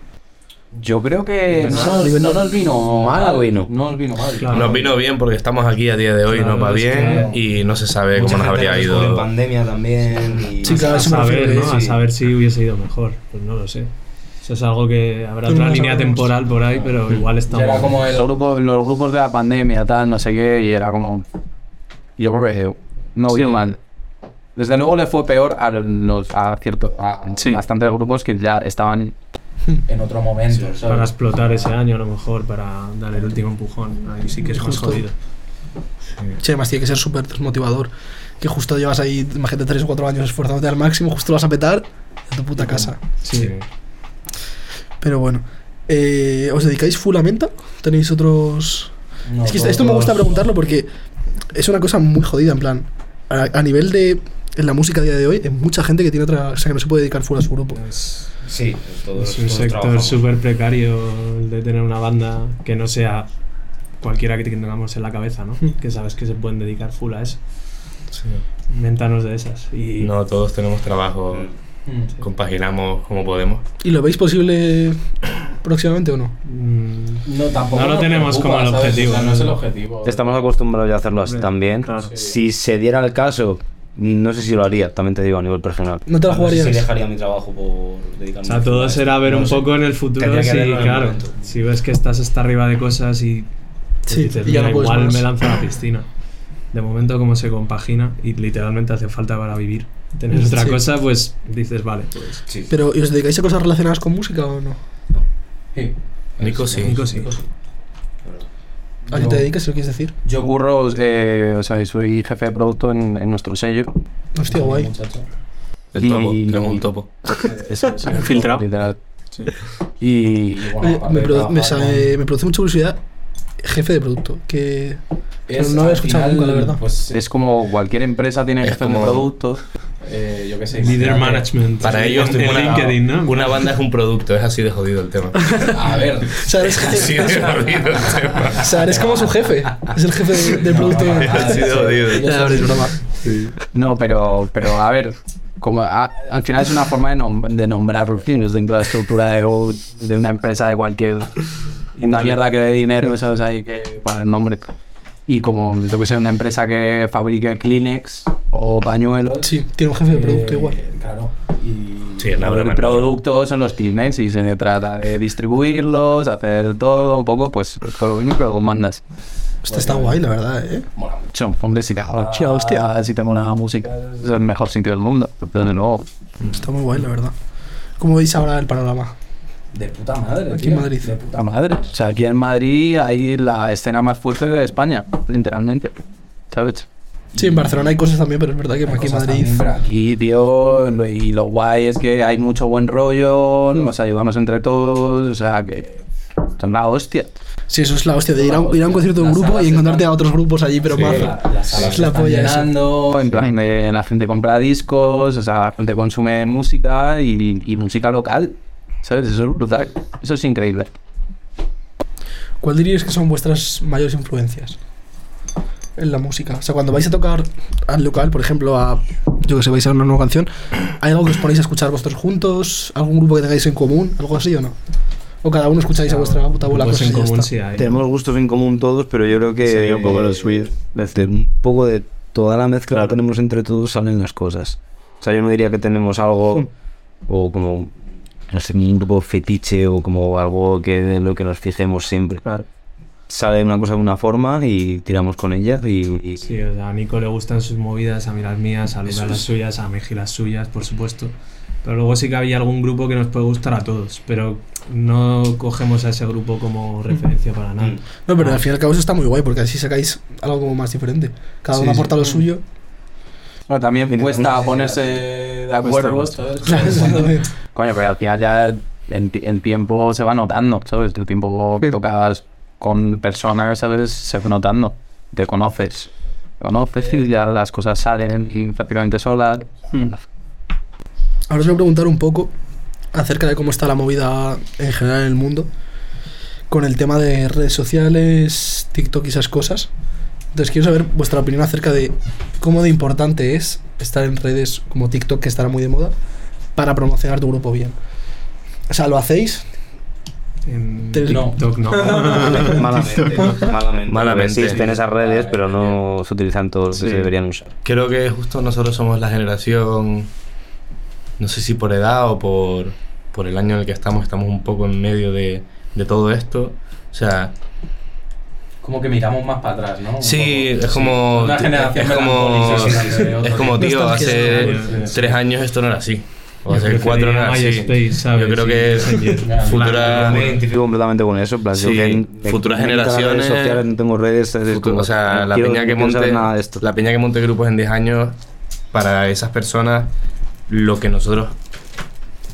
[SPEAKER 7] Yo creo que no,
[SPEAKER 4] no-
[SPEAKER 7] no nos vino
[SPEAKER 4] mal,
[SPEAKER 7] mal,
[SPEAKER 4] vino.
[SPEAKER 7] No nos vino mal.
[SPEAKER 5] Claro.
[SPEAKER 3] Nos vino bien porque estamos aquí a día de hoy,
[SPEAKER 5] Claro,
[SPEAKER 3] nos va
[SPEAKER 5] es que-
[SPEAKER 3] bien y no se sabe
[SPEAKER 6] Mucha
[SPEAKER 3] cómo nos
[SPEAKER 6] gente
[SPEAKER 3] habría
[SPEAKER 6] lo descubre En
[SPEAKER 3] ido.
[SPEAKER 6] pandemia también. Y
[SPEAKER 2] Sí, claro,
[SPEAKER 5] A
[SPEAKER 2] eso me
[SPEAKER 5] saber,
[SPEAKER 2] refiero,
[SPEAKER 5] ¿no?
[SPEAKER 2] sí.
[SPEAKER 5] A saber si hubiese ido mejor, pues no lo sé. Eso es algo que habrá
[SPEAKER 2] Tú no
[SPEAKER 5] otra
[SPEAKER 2] lo
[SPEAKER 5] línea
[SPEAKER 2] sabemos.
[SPEAKER 5] temporal por ahí, pero igual
[SPEAKER 6] Ya era
[SPEAKER 5] estamos...
[SPEAKER 6] como el.
[SPEAKER 7] los grupos, los grupos de la pandemia, tal, no sé qué, y era como. Yo creo que no vino mal. Desde luego le fue peor a los a cierto a bastantes grupos que ya estaban
[SPEAKER 6] En otro momento, ¿sabes?
[SPEAKER 5] Para explotar ese año, a lo mejor, para dar el último empujón. Ahí sí que es más
[SPEAKER 2] Justo.
[SPEAKER 5] jodido.
[SPEAKER 2] Sí, además tiene que ser súper desmotivador. Que justo llevas ahí, imagínate, 3 o 4 años esforzándote al máximo, justo lo vas a petar a tu puta casa.
[SPEAKER 5] Sí.
[SPEAKER 2] Pero bueno. Eh, ¿Os dedicáis full a menta? ¿Tenéis otros...?
[SPEAKER 6] No,
[SPEAKER 2] Es que
[SPEAKER 6] todos-
[SPEAKER 2] esto me gusta
[SPEAKER 6] todos-
[SPEAKER 2] preguntarlo porque es una cosa muy jodida, en plan. A, a nivel de. En la música a día de hoy, hay mucha gente que tiene otra. O sea, que no se puede dedicar fuera a su grupo.
[SPEAKER 6] Sí, todos-
[SPEAKER 5] Es un
[SPEAKER 6] todos
[SPEAKER 5] sector
[SPEAKER 6] trabajamos.
[SPEAKER 5] súper precario el de tener una banda que no sea cualquiera que tengamos en la cabeza, ¿no?
[SPEAKER 6] Hmm.
[SPEAKER 5] Que sabes que se pueden dedicar full a eso. Mentanos de esas. Y
[SPEAKER 3] No, todos tenemos trabajo,
[SPEAKER 6] Mm.
[SPEAKER 3] compaginamos como podemos.
[SPEAKER 2] ¿Y lo veis posible próximamente o no?
[SPEAKER 5] mm,
[SPEAKER 6] No, tampoco.
[SPEAKER 5] No lo
[SPEAKER 6] nos
[SPEAKER 5] tenemos
[SPEAKER 6] preocupa,
[SPEAKER 5] como el
[SPEAKER 6] ¿sabes?
[SPEAKER 5] objetivo,
[SPEAKER 6] O sea, no
[SPEAKER 5] ¿no?
[SPEAKER 6] es el objetivo.
[SPEAKER 4] Estamos acostumbrados ya a hacerlo así
[SPEAKER 5] Hombre,
[SPEAKER 4] también.
[SPEAKER 5] claro.
[SPEAKER 4] Si se diera el caso, no sé si lo haría, también te digo a nivel personal.
[SPEAKER 2] ¿No te la
[SPEAKER 6] No sé
[SPEAKER 2] jugarías?
[SPEAKER 6] si dejaría mi trabajo por dedicarme
[SPEAKER 5] o sea,
[SPEAKER 6] a
[SPEAKER 5] todo
[SPEAKER 6] esto.
[SPEAKER 5] será ver
[SPEAKER 6] No
[SPEAKER 5] un
[SPEAKER 6] sé.
[SPEAKER 5] poco en el futuro.
[SPEAKER 6] Tendría que
[SPEAKER 5] Si,
[SPEAKER 6] verlo en el
[SPEAKER 5] claro,
[SPEAKER 6] momento.
[SPEAKER 5] si ves que estás hasta arriba de cosas y pues
[SPEAKER 2] Sí,
[SPEAKER 5] dices,
[SPEAKER 2] y ya
[SPEAKER 5] "Mira,
[SPEAKER 2] no puedes
[SPEAKER 5] igual
[SPEAKER 2] más".
[SPEAKER 5] me lanzo a la piscina. De momento, como se compagina y literalmente hace falta para vivir. Tener otra
[SPEAKER 2] Sí.
[SPEAKER 5] cosa, pues dices, vale, pues.
[SPEAKER 6] Sí.
[SPEAKER 2] Pero, ¿y os dedicáis a cosas relacionadas con música o no?
[SPEAKER 6] Sí.
[SPEAKER 3] Nico sí.
[SPEAKER 5] Nico sí.
[SPEAKER 2] ¿A qué te dedicas, si lo quieres decir?
[SPEAKER 7] yo curro eh, o sea soy jefe de producto en, en nuestro sello
[SPEAKER 2] Hostia, guay.
[SPEAKER 6] Muchacho.
[SPEAKER 3] El topo,
[SPEAKER 7] Y-
[SPEAKER 3] tenemos un topo.
[SPEAKER 5] Filtrado.
[SPEAKER 7] literal y
[SPEAKER 6] Y bueno,
[SPEAKER 2] Oye,
[SPEAKER 6] aparte
[SPEAKER 2] me,
[SPEAKER 6] de
[SPEAKER 2] produ- me
[SPEAKER 6] trabajar
[SPEAKER 2] sa- me produce mucha curiosidad jefe de producto, que
[SPEAKER 6] Es,
[SPEAKER 2] no lo he
[SPEAKER 6] al
[SPEAKER 2] escuchado
[SPEAKER 6] final,
[SPEAKER 2] nunca, la verdad.
[SPEAKER 6] Pues
[SPEAKER 7] Es como cualquier empresa tiene
[SPEAKER 3] Es
[SPEAKER 7] que hacer de
[SPEAKER 3] como-
[SPEAKER 7] productos.
[SPEAKER 6] eh, yo qué sé.
[SPEAKER 5] Leader
[SPEAKER 6] imagínate-
[SPEAKER 5] management.
[SPEAKER 3] Para ellos,
[SPEAKER 5] en, en
[SPEAKER 3] una,
[SPEAKER 5] LinkedIn, ¿no?
[SPEAKER 3] una banda es un producto, es así de jodido el tema.
[SPEAKER 6] A ver.
[SPEAKER 2] o sea, eres,
[SPEAKER 3] Así de jodido el tema.
[SPEAKER 2] o sea, eres como su jefe, es el jefe de- del
[SPEAKER 6] No,
[SPEAKER 2] producto.
[SPEAKER 6] no, no,
[SPEAKER 3] Ha sido jodido.
[SPEAKER 2] Ya, ahora es broma.
[SPEAKER 7] No, pero, pero a ver, como a- al final es una forma de, nom- de nombrar rutinas dentro de la estructura de, o- de una empresa de cualquier. Una mierda que dé dinero, ¿sabes? Ahí que para el nombre. Y como yo que sé, una empresa que fabrique Kleenex o pañuelos.
[SPEAKER 2] Sí, tiene un jefe de producto
[SPEAKER 6] eh,
[SPEAKER 2] igual.
[SPEAKER 6] Claro. Y
[SPEAKER 3] Sí, es la
[SPEAKER 7] Los
[SPEAKER 3] broma.
[SPEAKER 7] productos son los Kleenex y se trata de distribuirlos, hacer todo un poco, pues todo lo mismo que con mandas.
[SPEAKER 2] Hostia, está guay, la verdad, ¿eh?
[SPEAKER 6] mola mucho.
[SPEAKER 7] Son hombres y
[SPEAKER 2] Ah.
[SPEAKER 7] hostia, hostia, ah, si tengo una música, es el mejor sitio del mundo. Pero de nuevo,
[SPEAKER 6] Mm.
[SPEAKER 2] Está muy guay, la verdad. ¿Cómo veis ahora el panorama?
[SPEAKER 6] De puta madre.
[SPEAKER 2] Aquí
[SPEAKER 6] tío,
[SPEAKER 2] en Madrid.
[SPEAKER 6] De puta
[SPEAKER 7] La madre. O sea, aquí en Madrid hay la escena más fuerte de España, literalmente. ¿Sabes?
[SPEAKER 2] Sí, en Barcelona hay cosas también, pero es verdad que aquí en
[SPEAKER 6] Cosas
[SPEAKER 2] Madrid.
[SPEAKER 6] también, pero aquí-
[SPEAKER 7] Y, tío, lo- y lo guay es que hay mucho buen rollo, nos ayudamos entre todos, o sea, que son la hostia.
[SPEAKER 2] Sí, eso es la hostia, de ir a, un- ir a un concierto de un
[SPEAKER 6] Las
[SPEAKER 2] grupo
[SPEAKER 6] salas
[SPEAKER 2] y
[SPEAKER 6] están-
[SPEAKER 2] encontrarte a otros grupos allí, pero
[SPEAKER 3] Sí.
[SPEAKER 2] mazo.
[SPEAKER 6] La, las salas
[SPEAKER 2] Es la
[SPEAKER 6] se están
[SPEAKER 2] polla eso.
[SPEAKER 6] llenando,
[SPEAKER 7] En plan, eh, la gente compra discos, o sea, la gente consume música y, y música local. ¿Sabes? Eso es brutal. Eso es increíble.
[SPEAKER 2] ¿Cuál diríais que son vuestras mayores influencias en la música? O sea, cuando vais a tocar al local, por ejemplo, a yo que sé, vais a una nueva canción, ¿hay algo que os ponéis a escuchar vosotros juntos? ¿Algún grupo que tengáis en común? ¿Algo así o no? ¿O cada uno escucháis a vuestra puta bola
[SPEAKER 3] pues
[SPEAKER 2] cosas y ya
[SPEAKER 5] Grupos Pues en común
[SPEAKER 2] está?
[SPEAKER 5] sí hay.
[SPEAKER 4] Tenemos gustos en común todos, pero yo creo que
[SPEAKER 3] Sí, un poco los suyos.
[SPEAKER 4] desde un poco de toda la mezcla que tenemos entre todos salen las cosas. O sea, yo no diría que tenemos algo o como no sé, un grupo fetiche o como algo que de lo que nos fijemos siempre. Sale una cosa de una forma y tiramos con ella y, y-
[SPEAKER 5] Sí, o sea, a Nico le gustan sus movidas, a mí las mías, a Lucas las suyas, a Meji las suyas, por supuesto. Pero luego sí que había algún grupo que nos puede gustar a todos, pero no cogemos a ese grupo como referencia para
[SPEAKER 3] Mm.
[SPEAKER 5] nada.
[SPEAKER 2] No, pero al fin y al cabo eso está muy guay, porque así sacáis algo como más diferente. Cada
[SPEAKER 5] Sí,
[SPEAKER 2] uno
[SPEAKER 5] sí.
[SPEAKER 2] aporta lo suyo.
[SPEAKER 7] Bueno, también cuesta ponerse de acuerdo. ¿sabes?
[SPEAKER 2] Claro, eso también.
[SPEAKER 7] Coño, pero al final ya en, ti- en tiempo se va notando, ¿sabes? El tiempo que tocas con personas, ¿sabes? Se va notando. Te conoces. Te conoces y ya las cosas salen y prácticamente solas.
[SPEAKER 2] Ahora os voy a preguntar un poco acerca de cómo está la movida en general en el mundo con el tema de redes sociales, TikTok y esas cosas. Entonces quiero saber vuestra opinión acerca de cómo de importante es estar en redes como TikTok, que estará muy de moda, para promocionar tu grupo bien. O sea, ¿lo hacéis?
[SPEAKER 5] En
[SPEAKER 2] Te-
[SPEAKER 6] no.
[SPEAKER 5] TikTok no.
[SPEAKER 4] malamente, malamente.
[SPEAKER 3] Malamente.
[SPEAKER 4] Existen esas redes, pero no se utilizan todo lo que
[SPEAKER 3] Sí.
[SPEAKER 4] se deberían usar.
[SPEAKER 3] Creo que justo nosotros somos la generación, no sé si por edad o por, por el año en el que estamos, estamos un poco en medio de, de todo esto. O sea,
[SPEAKER 6] Como que miramos más para atrás, ¿no? Un
[SPEAKER 3] sí,
[SPEAKER 6] poco.
[SPEAKER 3] es como...
[SPEAKER 6] Una generación
[SPEAKER 3] es como,
[SPEAKER 6] melancólica, sí, sí, de otro
[SPEAKER 3] es como,
[SPEAKER 6] tipo.
[SPEAKER 3] tío,
[SPEAKER 2] Nostalgia.
[SPEAKER 3] hace
[SPEAKER 5] Sí.
[SPEAKER 3] tres años esto no era así.
[SPEAKER 5] Yo
[SPEAKER 3] O hace cuatro no
[SPEAKER 5] preferiría
[SPEAKER 3] era así.
[SPEAKER 5] MySpace, ¿sabes?
[SPEAKER 3] Yo creo
[SPEAKER 5] Sí,
[SPEAKER 3] que
[SPEAKER 5] Messenger.
[SPEAKER 3] futura...
[SPEAKER 4] Yo me identifico completamente con eso. en plan, yo
[SPEAKER 3] Sí,
[SPEAKER 4] que en-
[SPEAKER 3] futuras
[SPEAKER 4] en- en las
[SPEAKER 3] generaciones,
[SPEAKER 4] redes sociales, no tengo redes. es
[SPEAKER 3] Futuro,
[SPEAKER 4] como,
[SPEAKER 3] o sea,
[SPEAKER 4] no
[SPEAKER 3] la
[SPEAKER 4] quiero-
[SPEAKER 3] peña, que
[SPEAKER 4] no quiero saber
[SPEAKER 3] monte,
[SPEAKER 4] nada de esto.
[SPEAKER 3] la peña que monte grupos en 10 años, para esas personas, lo que nosotros.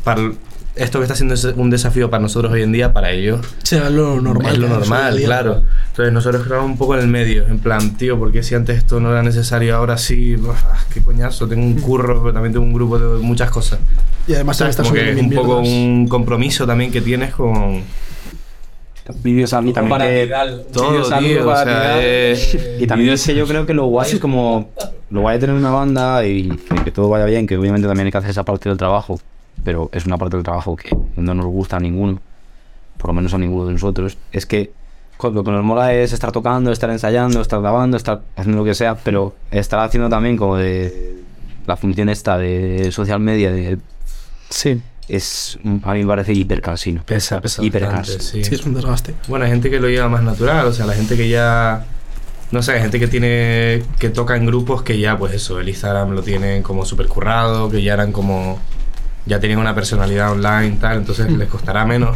[SPEAKER 3] Para, esto que está siendo es un desafío para nosotros hoy en día, para ellos,
[SPEAKER 2] Será lo normal.
[SPEAKER 3] es lo
[SPEAKER 2] ¿no?
[SPEAKER 3] normal,
[SPEAKER 2] Su día.
[SPEAKER 3] claro. Entonces, nosotros estamos un poco en el medio, en plan, tío, porque si antes esto no era necesario, ahora sí, buah, qué coñazo, tengo un curro, pero también tengo un grupo de muchas cosas.
[SPEAKER 2] Y además
[SPEAKER 3] ¿Sabes?
[SPEAKER 2] está
[SPEAKER 3] Como que
[SPEAKER 2] subiendo
[SPEAKER 3] es
[SPEAKER 2] mil
[SPEAKER 3] un poco
[SPEAKER 2] mierdas.
[SPEAKER 3] un compromiso también que tienes con
[SPEAKER 7] Vídeos al-
[SPEAKER 6] Para
[SPEAKER 7] que-
[SPEAKER 6] Tidal.
[SPEAKER 3] todo,
[SPEAKER 7] Videos, algo
[SPEAKER 3] tío. O
[SPEAKER 7] para tirar.
[SPEAKER 3] sea, es-
[SPEAKER 4] Y también es que yo creo que lo guay es como lo guay de tener una banda y que, que todo vaya bien, que obviamente también hay que hacer esa parte del trabajo, pero es una parte del trabajo que no nos gusta a ninguno, por lo menos a ninguno de nosotros, es que jo, lo que nos mola es estar tocando, estar ensayando, estar grabando, estar haciendo lo que sea, pero estar haciendo también como de la función esta de social media de,
[SPEAKER 2] Sí,
[SPEAKER 4] es a mí me parece hipercansino.
[SPEAKER 3] Pesa, pesa.
[SPEAKER 4] Hipergas.
[SPEAKER 3] bastante,
[SPEAKER 2] sí, es un desgaste.
[SPEAKER 3] Bueno, hay gente que lo lleva más natural, o sea, la gente que ya. No sé, hay gente que tiene. que toca en grupos que ya, pues eso, el Instagram lo tienen como súper currado, que ya eran como. ya tenían una personalidad online, tal, entonces
[SPEAKER 2] Mm.
[SPEAKER 3] les costará menos.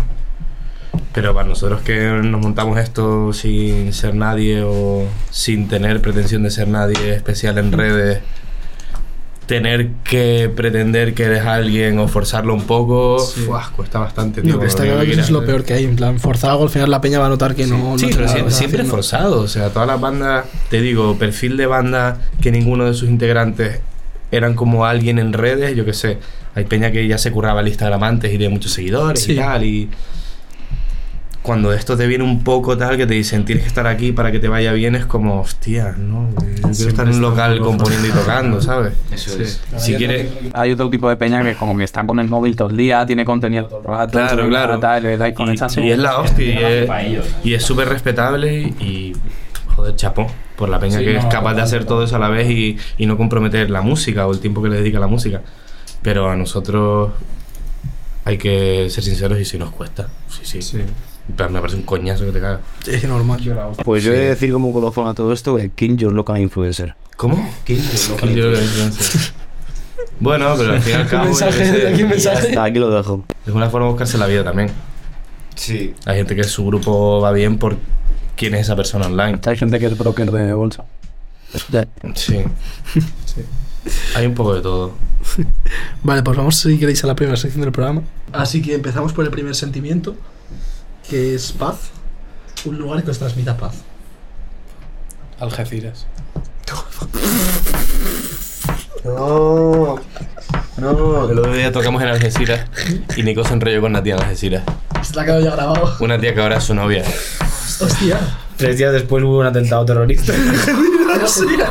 [SPEAKER 3] Pero para nosotros que nos montamos esto sin ser
[SPEAKER 2] Mm.
[SPEAKER 3] nadie o sin tener pretensión de ser nadie especial en redes, tener que pretender que eres alguien o forzarlo un poco,
[SPEAKER 5] Sí.
[SPEAKER 3] fuah, cuesta bastante.
[SPEAKER 2] No,
[SPEAKER 3] tío,
[SPEAKER 2] que está
[SPEAKER 3] lo
[SPEAKER 2] claro que eso
[SPEAKER 3] quieras,
[SPEAKER 2] es lo
[SPEAKER 3] ¿eh?
[SPEAKER 2] peor que hay. En plan, forzar algo, al final la peña va a notar que no.
[SPEAKER 3] Sí,
[SPEAKER 2] no te
[SPEAKER 3] pero
[SPEAKER 2] la-
[SPEAKER 3] sie-
[SPEAKER 2] no
[SPEAKER 3] siempre
[SPEAKER 2] haciendo.
[SPEAKER 3] forzado. O sea, todas las bandas, te digo, perfil de banda que ninguno de sus integrantes eran como alguien en redes, yo qué sé. Hay peña que ya se curraba el Instagram antes y de muchos seguidores
[SPEAKER 2] Sí.
[SPEAKER 3] y tal. Y cuando esto te viene un poco tal, que te dicen tienes que estar aquí para que te vaya bien, es como, hostia, no. Yo quiero estar en
[SPEAKER 5] está
[SPEAKER 3] un
[SPEAKER 5] un
[SPEAKER 3] local
[SPEAKER 5] poco
[SPEAKER 3] componiendo y tocando, ¿sabes?
[SPEAKER 6] Eso
[SPEAKER 3] Sí.
[SPEAKER 6] es.
[SPEAKER 3] Si quieres.
[SPEAKER 7] Hay otro tipo de peña que como que están con el móvil todo el día, tiene contenido todo el rato.
[SPEAKER 3] Claro,
[SPEAKER 7] todo el
[SPEAKER 3] claro.
[SPEAKER 7] Tal, le dais con
[SPEAKER 3] Y,
[SPEAKER 7] esas-
[SPEAKER 3] y es la hostia. Y es-
[SPEAKER 6] Para ellos.
[SPEAKER 3] Y es súper respetable y, joder, chapó por la peña
[SPEAKER 6] Sí,
[SPEAKER 3] que
[SPEAKER 6] no,
[SPEAKER 3] es capaz de
[SPEAKER 6] total,
[SPEAKER 3] hacer todo eso a la vez y, y no comprometer la música o el tiempo que le dedica a la música. Pero a nosotros hay que ser sinceros y si nos cuesta. Sí, sí.
[SPEAKER 5] Sí.
[SPEAKER 3] En plan, Me parece un coñazo que te caga.
[SPEAKER 2] Es normal.
[SPEAKER 4] Pues yo he de decir como colofón a todo esto, que Kill Your Local Influencer.
[SPEAKER 3] ¿Cómo?
[SPEAKER 6] local
[SPEAKER 3] bueno, pero al fin y al cabo. yo
[SPEAKER 2] mensaje,
[SPEAKER 3] qué sé,
[SPEAKER 2] aquí un mensaje.
[SPEAKER 4] Hasta aquí lo dejo.
[SPEAKER 3] Es una forma de buscarse la vida también.
[SPEAKER 6] Sí.
[SPEAKER 3] Hay gente que su grupo va bien por quién es esa persona online.
[SPEAKER 7] Hay gente que es broker de bolsa.
[SPEAKER 3] Sí. Hay un poco de todo.
[SPEAKER 2] Vale, pues vamos si queréis a la primera sección del programa. Así que empezamos por el primer sentimiento, que es paz. Un lugar que os transmita paz.
[SPEAKER 5] Algeciras.
[SPEAKER 3] No, no. El otro día tocamos en Algeciras y Nico se enrolló con una tía en Algeciras.
[SPEAKER 2] Se te ha quedado ya grabado.
[SPEAKER 3] Una tía que ahora es su novia.
[SPEAKER 2] Hostia.
[SPEAKER 5] Tres días después hubo un atentado terrorista.
[SPEAKER 2] Hostia.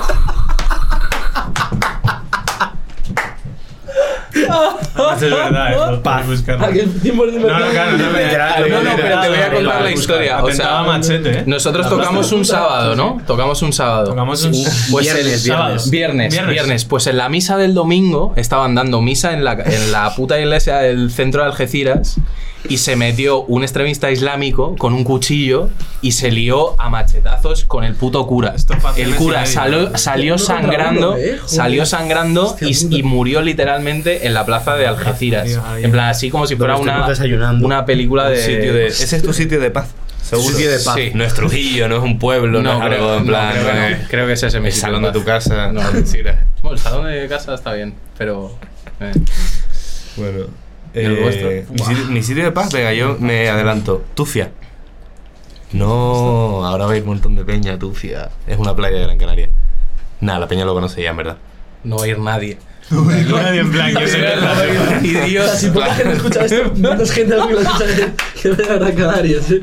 [SPEAKER 5] Eso es verdad, eso. Paz. Buscarlo.
[SPEAKER 2] Aquel tiempo de
[SPEAKER 5] No, no, claro, no,
[SPEAKER 3] Literal,
[SPEAKER 5] no,
[SPEAKER 6] No, no, pero te voy a contar la
[SPEAKER 5] Buscar.
[SPEAKER 6] historia. O
[SPEAKER 5] Atentado a
[SPEAKER 6] sea,
[SPEAKER 5] machete, ¿eh?
[SPEAKER 6] nosotros tocamos un sábado, ¿no? Tocamos un sábado.
[SPEAKER 5] Tocamos un
[SPEAKER 6] Pues
[SPEAKER 5] Viernes,
[SPEAKER 6] el-
[SPEAKER 5] viernes.
[SPEAKER 6] viernes,
[SPEAKER 5] Viernes.
[SPEAKER 6] viernes, Pues en la misa del domingo estaban dando misa en la, en la puta iglesia del centro de Algeciras y se metió un extremista islámico con un cuchillo y se lió a machetazos con el puto cura.
[SPEAKER 5] fácil
[SPEAKER 6] El
[SPEAKER 5] es
[SPEAKER 6] cura
[SPEAKER 5] inédito.
[SPEAKER 6] salió, salió
[SPEAKER 2] Uno contra
[SPEAKER 6] sangrando,
[SPEAKER 2] uno, ¿eh? Joder.
[SPEAKER 6] salió sangrando y,
[SPEAKER 2] Hostia puta.
[SPEAKER 6] y murió literalmente en la plaza de Algeciras.
[SPEAKER 5] Dios, ahí.
[SPEAKER 6] En plan, así como si fuera
[SPEAKER 5] Donde
[SPEAKER 6] una,
[SPEAKER 5] estemos desayunando.
[SPEAKER 6] una película de...
[SPEAKER 3] Sitio de- ese es tu sitio de paz. Seguro.
[SPEAKER 6] Sitio de paz.
[SPEAKER 3] Sí. No es Trujillo, no es un pueblo, no,
[SPEAKER 6] No,
[SPEAKER 3] es algo
[SPEAKER 6] creo,
[SPEAKER 3] en
[SPEAKER 6] no,
[SPEAKER 3] plan.
[SPEAKER 6] creo que no.
[SPEAKER 3] eh,
[SPEAKER 6] Creo que ese es mi
[SPEAKER 3] el
[SPEAKER 6] sitio
[SPEAKER 3] salón
[SPEAKER 6] de
[SPEAKER 3] de tu
[SPEAKER 6] paz.
[SPEAKER 3] casa. No,
[SPEAKER 6] No.
[SPEAKER 3] Algeciras.
[SPEAKER 6] Bueno, el salón de casa está bien, pero... eh.
[SPEAKER 3] Bueno.
[SPEAKER 6] el
[SPEAKER 3] eh,
[SPEAKER 6] vuestro?
[SPEAKER 3] mi, sitio, mi sitio de paz, venga, yo me adelanto. Tufia. No, ahora veis un montón de peña, Tufia. Es una playa de Gran Canaria. Nada, la peña lo conoce ya, en verdad.
[SPEAKER 6] No va a ir nadie.
[SPEAKER 5] Nadie en plan, yo sé que es la verdad.
[SPEAKER 6] Y
[SPEAKER 2] O
[SPEAKER 6] Dios,
[SPEAKER 2] sea, si poca gente escucha esto, menos gente aún que lo escucha que- que ve a Gran Canarias, ¿eh?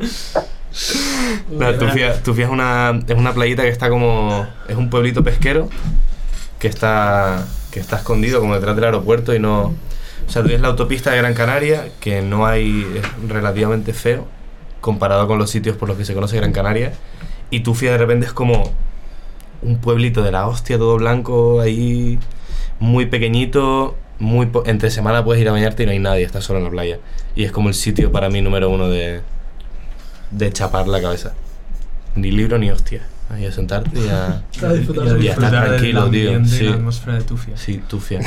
[SPEAKER 3] No, Tufia, Tufia es una, es una playita que está como. Es un pueblito pesquero que está, que está escondido como detrás del aeropuerto y no. O sea, tú ves la autopista de Gran Canaria, que no hay. es relativamente feo comparado con los sitios por los que se conoce Gran Canaria. Y Tufia de repente es como un pueblito de la hostia, todo blanco, ahí muy pequeñito, muy po- entre semana puedes ir a bañarte y no hay nadie, estás solo en la playa. Y es como el sitio para mí número uno de, de chapar la cabeza. Ni libro ni hostia. Ahí a sentarte y a...
[SPEAKER 2] Para disfrutar de
[SPEAKER 3] Ya
[SPEAKER 2] la
[SPEAKER 3] está
[SPEAKER 5] Disfrutar del
[SPEAKER 3] tranquilo, tío,
[SPEAKER 5] ambiente y
[SPEAKER 3] sí.
[SPEAKER 5] La atmósfera de Tufia.
[SPEAKER 3] Sí, tufia.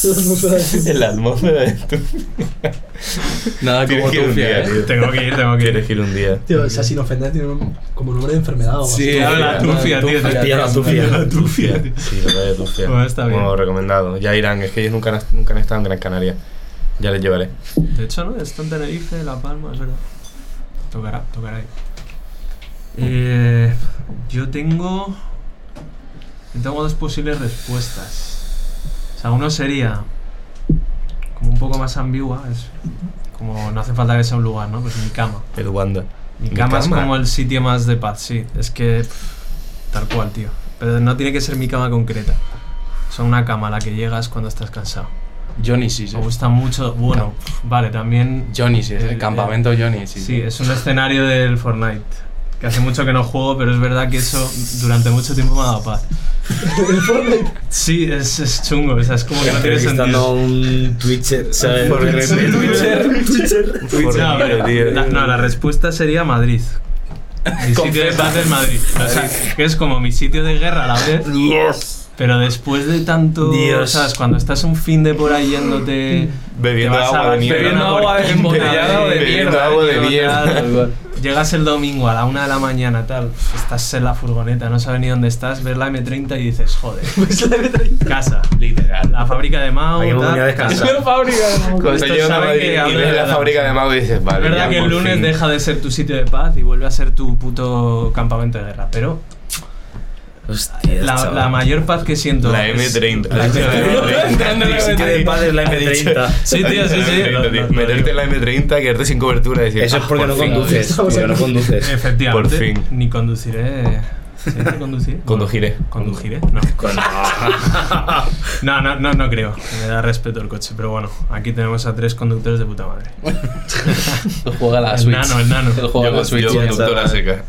[SPEAKER 2] atmósfera de-
[SPEAKER 3] el atmósfera de tufia.
[SPEAKER 6] nada como
[SPEAKER 3] Tienes que ir un
[SPEAKER 6] Tufia,
[SPEAKER 3] día,
[SPEAKER 6] ¿eh?
[SPEAKER 3] tío.
[SPEAKER 5] Tengo que ir, tengo que ir.
[SPEAKER 3] Tienes que ir un día.
[SPEAKER 2] Tío, o sea, sin ofender, tiene un- como nombre de enfermedad o algo así.
[SPEAKER 6] Sí,
[SPEAKER 5] Tío, la Tufia, tío.
[SPEAKER 6] Tufia,
[SPEAKER 5] tío, La Tufia. La Tufia. tío.
[SPEAKER 3] Sí, la playa de tufia.
[SPEAKER 5] Bueno, está bien.
[SPEAKER 3] Como recomendado. Ya irán, es que ellos nunca han, nunca han estado en Gran Canaria. Ya les llevaré.
[SPEAKER 5] De hecho, ¿no? Está en Tenerife, La Palma, es verdad. Tocará, tocará ahí. Eh, yo tengo. yo tengo dos posibles respuestas. O sea, uno sería. Como un poco más ambigua, es. Como no hace falta que sea un lugar, ¿no? Pues mi cama.
[SPEAKER 3] El Wanda.
[SPEAKER 5] Mi
[SPEAKER 3] ¿Mi
[SPEAKER 5] cama, es
[SPEAKER 3] cama?
[SPEAKER 5] como el sitio más de paz, sí. Es que. pff, tal cual, tío. Pero no tiene que ser mi cama concreta. O sea, una cama a la que llegas cuando estás cansado.
[SPEAKER 6] Johnny sí, sí.
[SPEAKER 5] Me gusta mucho. Bueno, pff, vale, también. eh,
[SPEAKER 6] Johnny sí, es el campamento Johnny sí.
[SPEAKER 5] Sí, es un escenario del Fortnite. Que hace mucho que no juego, pero es verdad que eso durante mucho tiempo me ha dado paz. Sí, es, es chungo, o sea, es como que no tiene sentido.
[SPEAKER 8] un Twitcher, ¿sabes?
[SPEAKER 3] Por el-
[SPEAKER 5] Sí, Twitcher. No,
[SPEAKER 3] Por el-
[SPEAKER 5] pero
[SPEAKER 3] tío.
[SPEAKER 5] la, no, la respuesta sería Madrid. Mi sitio de paz es Madrid. O sea, que es como mi sitio de guerra a la vez. Pero después de tanto.
[SPEAKER 8] Dios.
[SPEAKER 5] ¿Sabes? Cuando estás un fin de por ahí yéndote.
[SPEAKER 3] Bebiendo
[SPEAKER 5] te vas a
[SPEAKER 3] agua de
[SPEAKER 5] Barcelona
[SPEAKER 3] mierda.
[SPEAKER 6] bebiendo agua de
[SPEAKER 5] por-
[SPEAKER 6] embotellada o de
[SPEAKER 3] Bebiendo
[SPEAKER 6] mierda,
[SPEAKER 3] agua de
[SPEAKER 5] tío,
[SPEAKER 3] mierda.
[SPEAKER 5] tal. llegas el domingo a la una de la mañana, tal, estás en la furgoneta, no sabes ni dónde estás, ves la M30 y dices, joder,
[SPEAKER 3] Pues
[SPEAKER 5] casa, literal, la fábrica de Mao,
[SPEAKER 3] Hay que venir a
[SPEAKER 5] tal.
[SPEAKER 3] descansar.
[SPEAKER 5] Es una fábrica de Mao.
[SPEAKER 3] Cuando
[SPEAKER 5] Estos
[SPEAKER 3] te llega a
[SPEAKER 5] saben
[SPEAKER 3] Madrid
[SPEAKER 5] que
[SPEAKER 3] y
[SPEAKER 5] hablan
[SPEAKER 3] ves la
[SPEAKER 5] nada.
[SPEAKER 3] fábrica de Mau y dices, vale.
[SPEAKER 5] Es verdad
[SPEAKER 3] ya
[SPEAKER 5] que el
[SPEAKER 3] por
[SPEAKER 5] lunes
[SPEAKER 3] fin.
[SPEAKER 5] deja de ser tu sitio de paz y vuelve a ser tu puto campamento de guerra, pero
[SPEAKER 4] Hostia,
[SPEAKER 5] la,
[SPEAKER 4] chaval.
[SPEAKER 5] la mayor paz que siento
[SPEAKER 3] La
[SPEAKER 5] es-
[SPEAKER 3] M30.
[SPEAKER 5] La
[SPEAKER 4] El sitio de
[SPEAKER 5] M30.
[SPEAKER 4] paz es la M30.
[SPEAKER 5] Sí, tío, sí,
[SPEAKER 3] La
[SPEAKER 5] sí.
[SPEAKER 3] M30, tío. Meterte en la M30, quedarte sin cobertura y decir.
[SPEAKER 4] Eso es
[SPEAKER 3] "Ah,
[SPEAKER 4] porque
[SPEAKER 3] por
[SPEAKER 4] no
[SPEAKER 3] fin".
[SPEAKER 4] conduces. Porque no conduces.
[SPEAKER 5] Efectivamente.
[SPEAKER 3] Por fin.
[SPEAKER 5] Ni conduciré. ¿Se dice conducir?
[SPEAKER 3] Condujiré.
[SPEAKER 5] ¿Condujiré? No.
[SPEAKER 3] Ah,
[SPEAKER 5] no, no, no, no creo. Me da respeto el coche, pero bueno, aquí tenemos a tres conductores de puta madre.
[SPEAKER 6] Él juega a la
[SPEAKER 5] El
[SPEAKER 6] Switch.
[SPEAKER 5] nano, el nano.
[SPEAKER 6] Él juega a la
[SPEAKER 3] Yo,
[SPEAKER 6] Switch.
[SPEAKER 3] yo conductor a seca.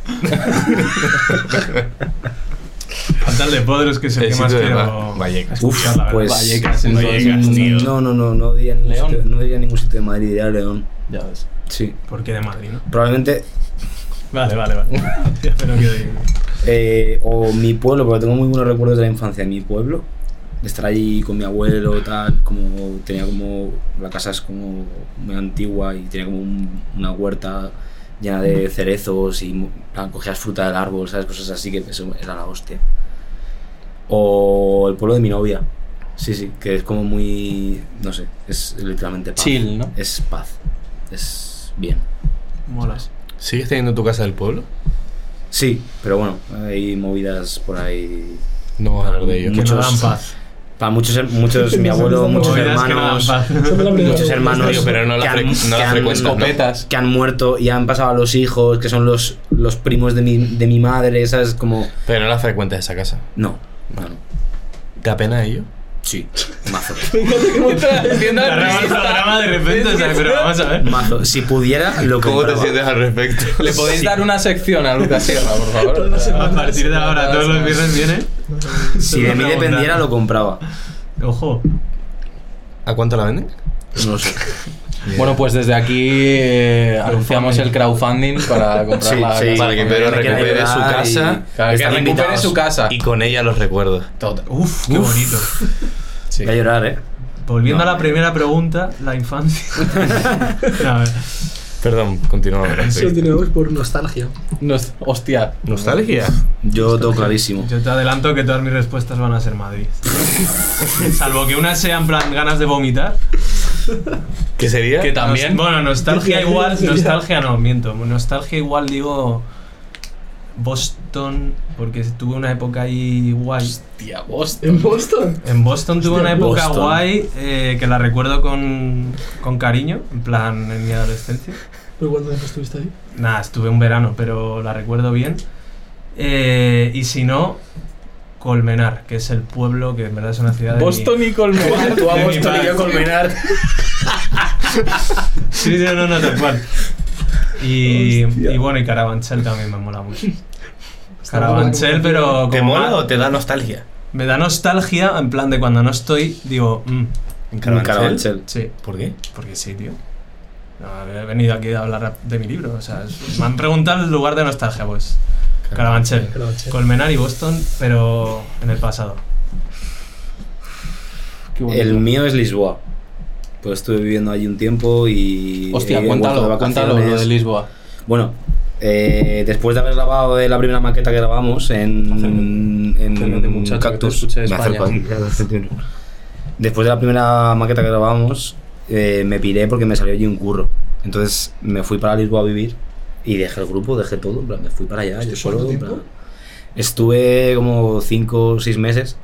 [SPEAKER 5] Falta el de Podros, que es el,
[SPEAKER 3] El
[SPEAKER 5] que más
[SPEAKER 3] sitio de
[SPEAKER 5] quiero.
[SPEAKER 3] paz, Vallecas.
[SPEAKER 4] Uf,
[SPEAKER 5] buscar, la verdad.
[SPEAKER 4] pues.
[SPEAKER 6] Vallecas,
[SPEAKER 4] no,
[SPEAKER 6] entonces,
[SPEAKER 3] tío.
[SPEAKER 4] no, no, no, no diría, ningún
[SPEAKER 6] León.
[SPEAKER 4] sitio- no diría ningún sitio de Madrid, diría León.
[SPEAKER 6] Ya ves.
[SPEAKER 4] Sí.
[SPEAKER 5] Porque de Madrid, ¿no?
[SPEAKER 4] Probablemente
[SPEAKER 5] Vale, vale, vale. Ya, pero quiero ir.
[SPEAKER 4] Eh, o mi pueblo, porque tengo muy buenos recuerdos de la infancia en mi pueblo. De estar allí con mi abuelo, tal, como tenía como. La casa es como muy antigua y tenía como un- una huerta llena de cerezos y en plan, cogías fruta del árbol, ¿sabes? Cosas así que eso era la hostia. O el pueblo de mi novia. Sí, sí, que es como muy. No sé, es literalmente paz.
[SPEAKER 6] Chill, ¿no?
[SPEAKER 4] Es paz. Es bien.
[SPEAKER 5] Molas.
[SPEAKER 3] ¿Sigues teniendo tu casa del pueblo?
[SPEAKER 4] Sí, pero bueno, hay movidas por ahí
[SPEAKER 3] No vamos a hablar de ello.
[SPEAKER 5] Que no
[SPEAKER 4] Muchos-
[SPEAKER 5] dan paz.
[SPEAKER 4] Para muchos, muchos mi abuelo, muchos
[SPEAKER 5] Movidas que no dan
[SPEAKER 4] hermanos,
[SPEAKER 5] paz.
[SPEAKER 4] muchos hermanos
[SPEAKER 3] Tío, pero no la
[SPEAKER 4] que, han,
[SPEAKER 3] fre- no
[SPEAKER 4] que
[SPEAKER 3] la
[SPEAKER 4] han-
[SPEAKER 3] frecuentas, ¿no?
[SPEAKER 6] Copetas.
[SPEAKER 4] que han muerto y han pasado a los hijos, que son los, los primos de mi, de mi madre, ¿sabes? Como,
[SPEAKER 3] Pero no la frecuentas esa casa.
[SPEAKER 4] no, no, no.
[SPEAKER 3] ¿Te apena ello?
[SPEAKER 4] sí, mazo,
[SPEAKER 5] Te arregla el programa de repente, o sea, pero vamos a ver.
[SPEAKER 4] mazo. Si pudiera, lo
[SPEAKER 3] ¿Cómo te
[SPEAKER 4] compraba.
[SPEAKER 3] sientes al respecto?
[SPEAKER 6] ¿Le podéis dar una sección a Lucas Sierra, por favor?
[SPEAKER 5] A partir de ahora, todos los viernes viene.
[SPEAKER 4] Si de mí dependiera, lo compraba.
[SPEAKER 5] Ojo.
[SPEAKER 3] ¿A cuánto la venden?
[SPEAKER 4] No lo sé.
[SPEAKER 6] Bueno, pues desde aquí eh, anunciamos el crowdfunding para comprar
[SPEAKER 4] Sí,
[SPEAKER 6] la
[SPEAKER 4] sí,
[SPEAKER 6] casa.
[SPEAKER 3] Para que
[SPEAKER 4] porque
[SPEAKER 3] Pedro
[SPEAKER 4] me quiere
[SPEAKER 3] recupere su
[SPEAKER 4] ayudar y-
[SPEAKER 3] casa.
[SPEAKER 6] Para que
[SPEAKER 4] Están
[SPEAKER 6] recupere
[SPEAKER 4] invitados.
[SPEAKER 6] su casa.
[SPEAKER 3] Y con ella los recuerdos.
[SPEAKER 5] Uf, qué bonito.
[SPEAKER 6] Sí.
[SPEAKER 4] Voy a llorar, ¿eh?
[SPEAKER 5] Volviendo a la primera pregunta, la infancia. No, a ver.
[SPEAKER 3] Perdón, continúa.
[SPEAKER 2] Eso tenemos por nostalgia.
[SPEAKER 6] Nos- hostia.
[SPEAKER 3] ¿Nostalgia?
[SPEAKER 4] Yo lo tengo clarísimo.
[SPEAKER 5] Yo te adelanto que todas mis respuestas van a ser Madrid. Salvo que una sea en plan ganas de vomitar.
[SPEAKER 3] ¿Qué sería?
[SPEAKER 6] Que también.
[SPEAKER 5] Nos- bueno, nostalgia igual. Nostalgia no, miento. Nostalgia igual digo. Boston, porque tuve una época ahí guay.
[SPEAKER 6] Hostia, vos.
[SPEAKER 2] ¿En Boston?
[SPEAKER 5] En Boston tuve una época
[SPEAKER 4] Boston.
[SPEAKER 5] guay eh, que la recuerdo con, con cariño, en plan en mi adolescencia.
[SPEAKER 2] ¿Pero cuánto tiempo estuviste ahí?
[SPEAKER 5] Nada, estuve un verano, pero la recuerdo bien. Eh, y si no, Colmenar, que es el pueblo que en verdad es una ciudad de. mi-
[SPEAKER 6] Boston y Colmenar.
[SPEAKER 4] Tú a
[SPEAKER 5] De mi
[SPEAKER 4] Boston y yo
[SPEAKER 5] padre.
[SPEAKER 4] a Colmenar.
[SPEAKER 5] Sí, sí, no, no, tal cual. Y, y bueno, y Carabanchel también me mola mucho. Carabanchel, pero.
[SPEAKER 3] ¿Te
[SPEAKER 5] como
[SPEAKER 3] mola
[SPEAKER 5] ma-
[SPEAKER 3] o te da nostalgia?
[SPEAKER 5] Me da nostalgia, en plan de cuando no estoy, digo, mm,
[SPEAKER 3] En
[SPEAKER 4] Carabanchel.
[SPEAKER 5] sí,
[SPEAKER 3] ¿Por qué?
[SPEAKER 5] porque sí, tío. No, he venido aquí a hablar de mi libro, o sea, es- me han preguntado el lugar de nostalgia, pues. Carabanchel,
[SPEAKER 2] Carabanchel.
[SPEAKER 5] Colmenar y Boston, pero en el pasado.
[SPEAKER 6] Qué bonito.
[SPEAKER 4] El mío es Lisboa. Pues estuve viviendo allí un tiempo y.
[SPEAKER 6] Hostia,
[SPEAKER 4] he vuelto de
[SPEAKER 6] cuéntalo, cuéntalo lo
[SPEAKER 4] vacaciones.
[SPEAKER 6] de Lisboa.
[SPEAKER 4] Bueno, eh, después de haber grabado de la primera maqueta que grabamos en,
[SPEAKER 6] acércate,
[SPEAKER 4] en
[SPEAKER 6] muchacho, que te
[SPEAKER 4] Cactus,
[SPEAKER 6] escuche
[SPEAKER 4] me acerco
[SPEAKER 6] España.
[SPEAKER 4] a ti. después de la primera maqueta que grabamos, eh, me piré porque me salió allí un curro. Entonces me fui para Lisboa a vivir y dejé el grupo, dejé todo, en plan, me fui para allá. yo solo, en plan. Estuve como 5 o 6 meses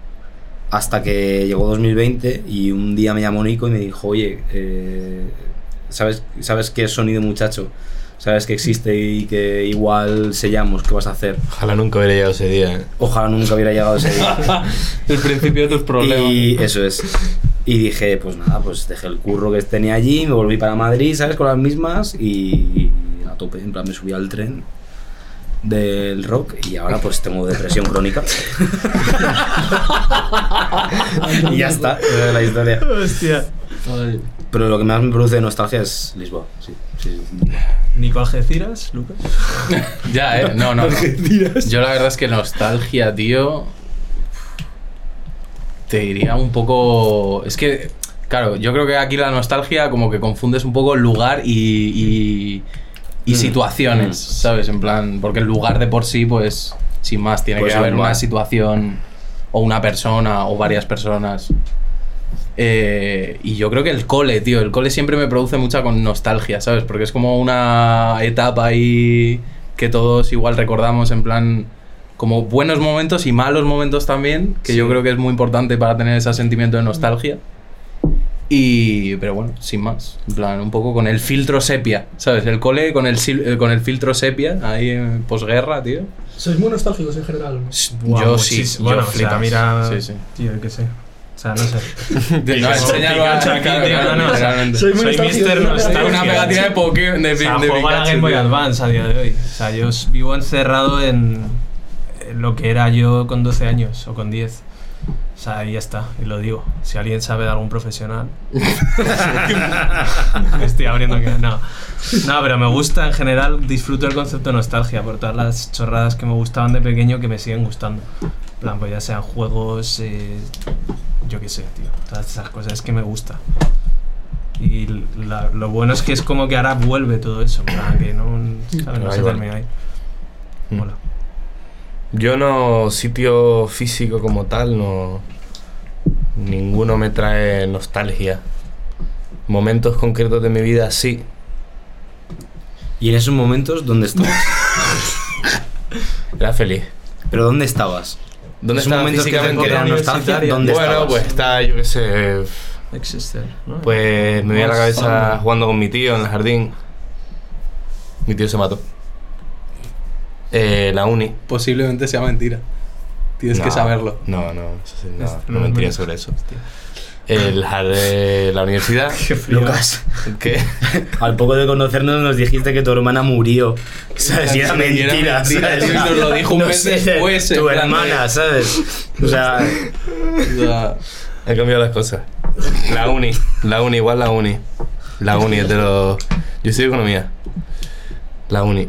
[SPEAKER 4] hasta que llegó 2020 y un día me llamó Nico y me dijo, oye, eh, ¿sabes, ¿sabes qué es Sonido Muchacho? ¿Sabes que existe y que igual sellamos? ¿Qué vas a hacer?
[SPEAKER 3] Ojalá nunca hubiera llegado ese día. ¿eh?
[SPEAKER 4] Ojalá nunca hubiera llegado ese día.
[SPEAKER 6] El principio de tus problemas.
[SPEAKER 4] Y eso es. Y dije, pues nada, pues dejé el curro que tenía allí, me volví para Madrid, ¿sabes? Con las mismas y a tope, en plan me subí al tren del rock y ahora pues tengo depresión crónica. y ya está, esa es la historia.
[SPEAKER 5] Hostia.
[SPEAKER 4] Pero lo que más me produce nostalgia es Lisboa, sí. sí, sí, sin duda.
[SPEAKER 5] Nico Algeciras, Lucas.
[SPEAKER 6] Ya, eh. No, no, no. Yo la verdad es que nostalgia, tío. Te diría un poco. Es que, claro, yo creo que aquí la nostalgia como que confundes un poco el lugar y. y y situaciones, ¿sabes? En plan, porque el lugar de por sí, pues, sin más, tiene
[SPEAKER 8] Pues
[SPEAKER 6] que
[SPEAKER 8] un
[SPEAKER 6] haber
[SPEAKER 8] lugar.
[SPEAKER 6] una situación o una persona o varias personas. Eh, y yo creo que el cole, tío, el cole siempre me produce mucha con nostalgia, ¿sabes? Porque es como una etapa ahí que todos igual recordamos en plan como buenos momentos y malos momentos también, que yo creo que es muy importante para tener ese sentimiento de nostalgia. Y, pero bueno, sin más. En plan, un poco con el filtro sepia, ¿sabes? El cole con el, sil- eh, con el filtro sepia, ahí en posguerra, tío.
[SPEAKER 2] Sois muy nostálgicos en general. ¿no?
[SPEAKER 5] Buah,
[SPEAKER 6] yo sí,
[SPEAKER 5] muchis-
[SPEAKER 6] yo
[SPEAKER 5] bueno, o
[SPEAKER 6] flipas.
[SPEAKER 5] sea, mira.
[SPEAKER 6] Sí, sí.
[SPEAKER 5] Tío, yo qué sé. O sea, no sé.
[SPEAKER 6] No, enséñalo a-
[SPEAKER 5] Pikachu aquí,
[SPEAKER 6] claro,
[SPEAKER 5] tío,
[SPEAKER 6] claro,
[SPEAKER 5] no, no, o sea,
[SPEAKER 6] literalmente.
[SPEAKER 2] soy muy
[SPEAKER 5] Soy
[SPEAKER 2] nostálgico,
[SPEAKER 5] Mr.
[SPEAKER 2] yo creo que
[SPEAKER 5] Nostalgia.
[SPEAKER 2] soy
[SPEAKER 6] Una pegatina de Pokémon de,
[SPEAKER 5] O sea,
[SPEAKER 6] de
[SPEAKER 5] juego a la
[SPEAKER 6] Pikachu,
[SPEAKER 5] Game Boy
[SPEAKER 6] tío.
[SPEAKER 5] Advance a día de hoy. O sea, yo os- vivo encerrado en en lo que era yo con 12 años o con 10. O sea, ahí ya está, y lo digo. Si alguien sabe de algún profesional. me estoy abriendo que. No. No, pero me gusta en general, disfruto el concepto de nostalgia por todas las chorradas que me gustaban de pequeño que me siguen gustando. En plan, pues ya sean juegos, eh, yo qué sé, tío. Todas esas cosas es que me gusta. Y la- lo bueno es que es como que ahora vuelve todo eso, en plan, que no, ¿sabes? no
[SPEAKER 3] Ahí
[SPEAKER 5] se
[SPEAKER 3] va.
[SPEAKER 5] termina ahí.
[SPEAKER 3] Mm.
[SPEAKER 5] Mola.
[SPEAKER 3] Yo no, sitio físico como tal, no. Ninguno me trae nostalgia. Momentos concretos de mi vida, sí.
[SPEAKER 8] Y en esos momentos, ¿dónde estabas?
[SPEAKER 3] Era feliz.
[SPEAKER 8] ¿Pero dónde estabas?
[SPEAKER 3] ¿Dónde
[SPEAKER 8] esos
[SPEAKER 3] estaba
[SPEAKER 8] momentos que te
[SPEAKER 3] físicamente?
[SPEAKER 8] crean nostalgia, ¿dónde
[SPEAKER 3] bueno,
[SPEAKER 8] estabas?
[SPEAKER 3] pues está, yo qué sé.
[SPEAKER 5] Existe, ¿no?
[SPEAKER 3] Pues me viene a la
[SPEAKER 5] Más
[SPEAKER 3] cabeza
[SPEAKER 5] onda.
[SPEAKER 3] jugando con mi tío en el jardín. Mi tío se mató. Eh, la uni.
[SPEAKER 6] Posiblemente sea mentira. Tienes que
[SPEAKER 3] No,
[SPEAKER 6] saberlo.
[SPEAKER 3] No, no, eso sí, no,
[SPEAKER 5] Es-
[SPEAKER 3] no mentiría
[SPEAKER 5] no.
[SPEAKER 3] sobre eso. El jar- eh, la universidad.
[SPEAKER 8] Lucas,
[SPEAKER 3] ¿Qué?
[SPEAKER 8] al poco de conocernos nos dijiste que tu hermana murió. ¿Sabes? Y era
[SPEAKER 6] Y era
[SPEAKER 8] mentira,
[SPEAKER 6] mentira,
[SPEAKER 8] ¿sabes?
[SPEAKER 6] sí, nos lo dijo un mes después, en
[SPEAKER 8] Tu
[SPEAKER 6] plan de-
[SPEAKER 8] hermana, ¿sabes? O sea,
[SPEAKER 6] O sea,
[SPEAKER 3] He cambiado las cosas. La uni, la uni, igual la uni. La uni es de los. Yo estudio economía. La uni.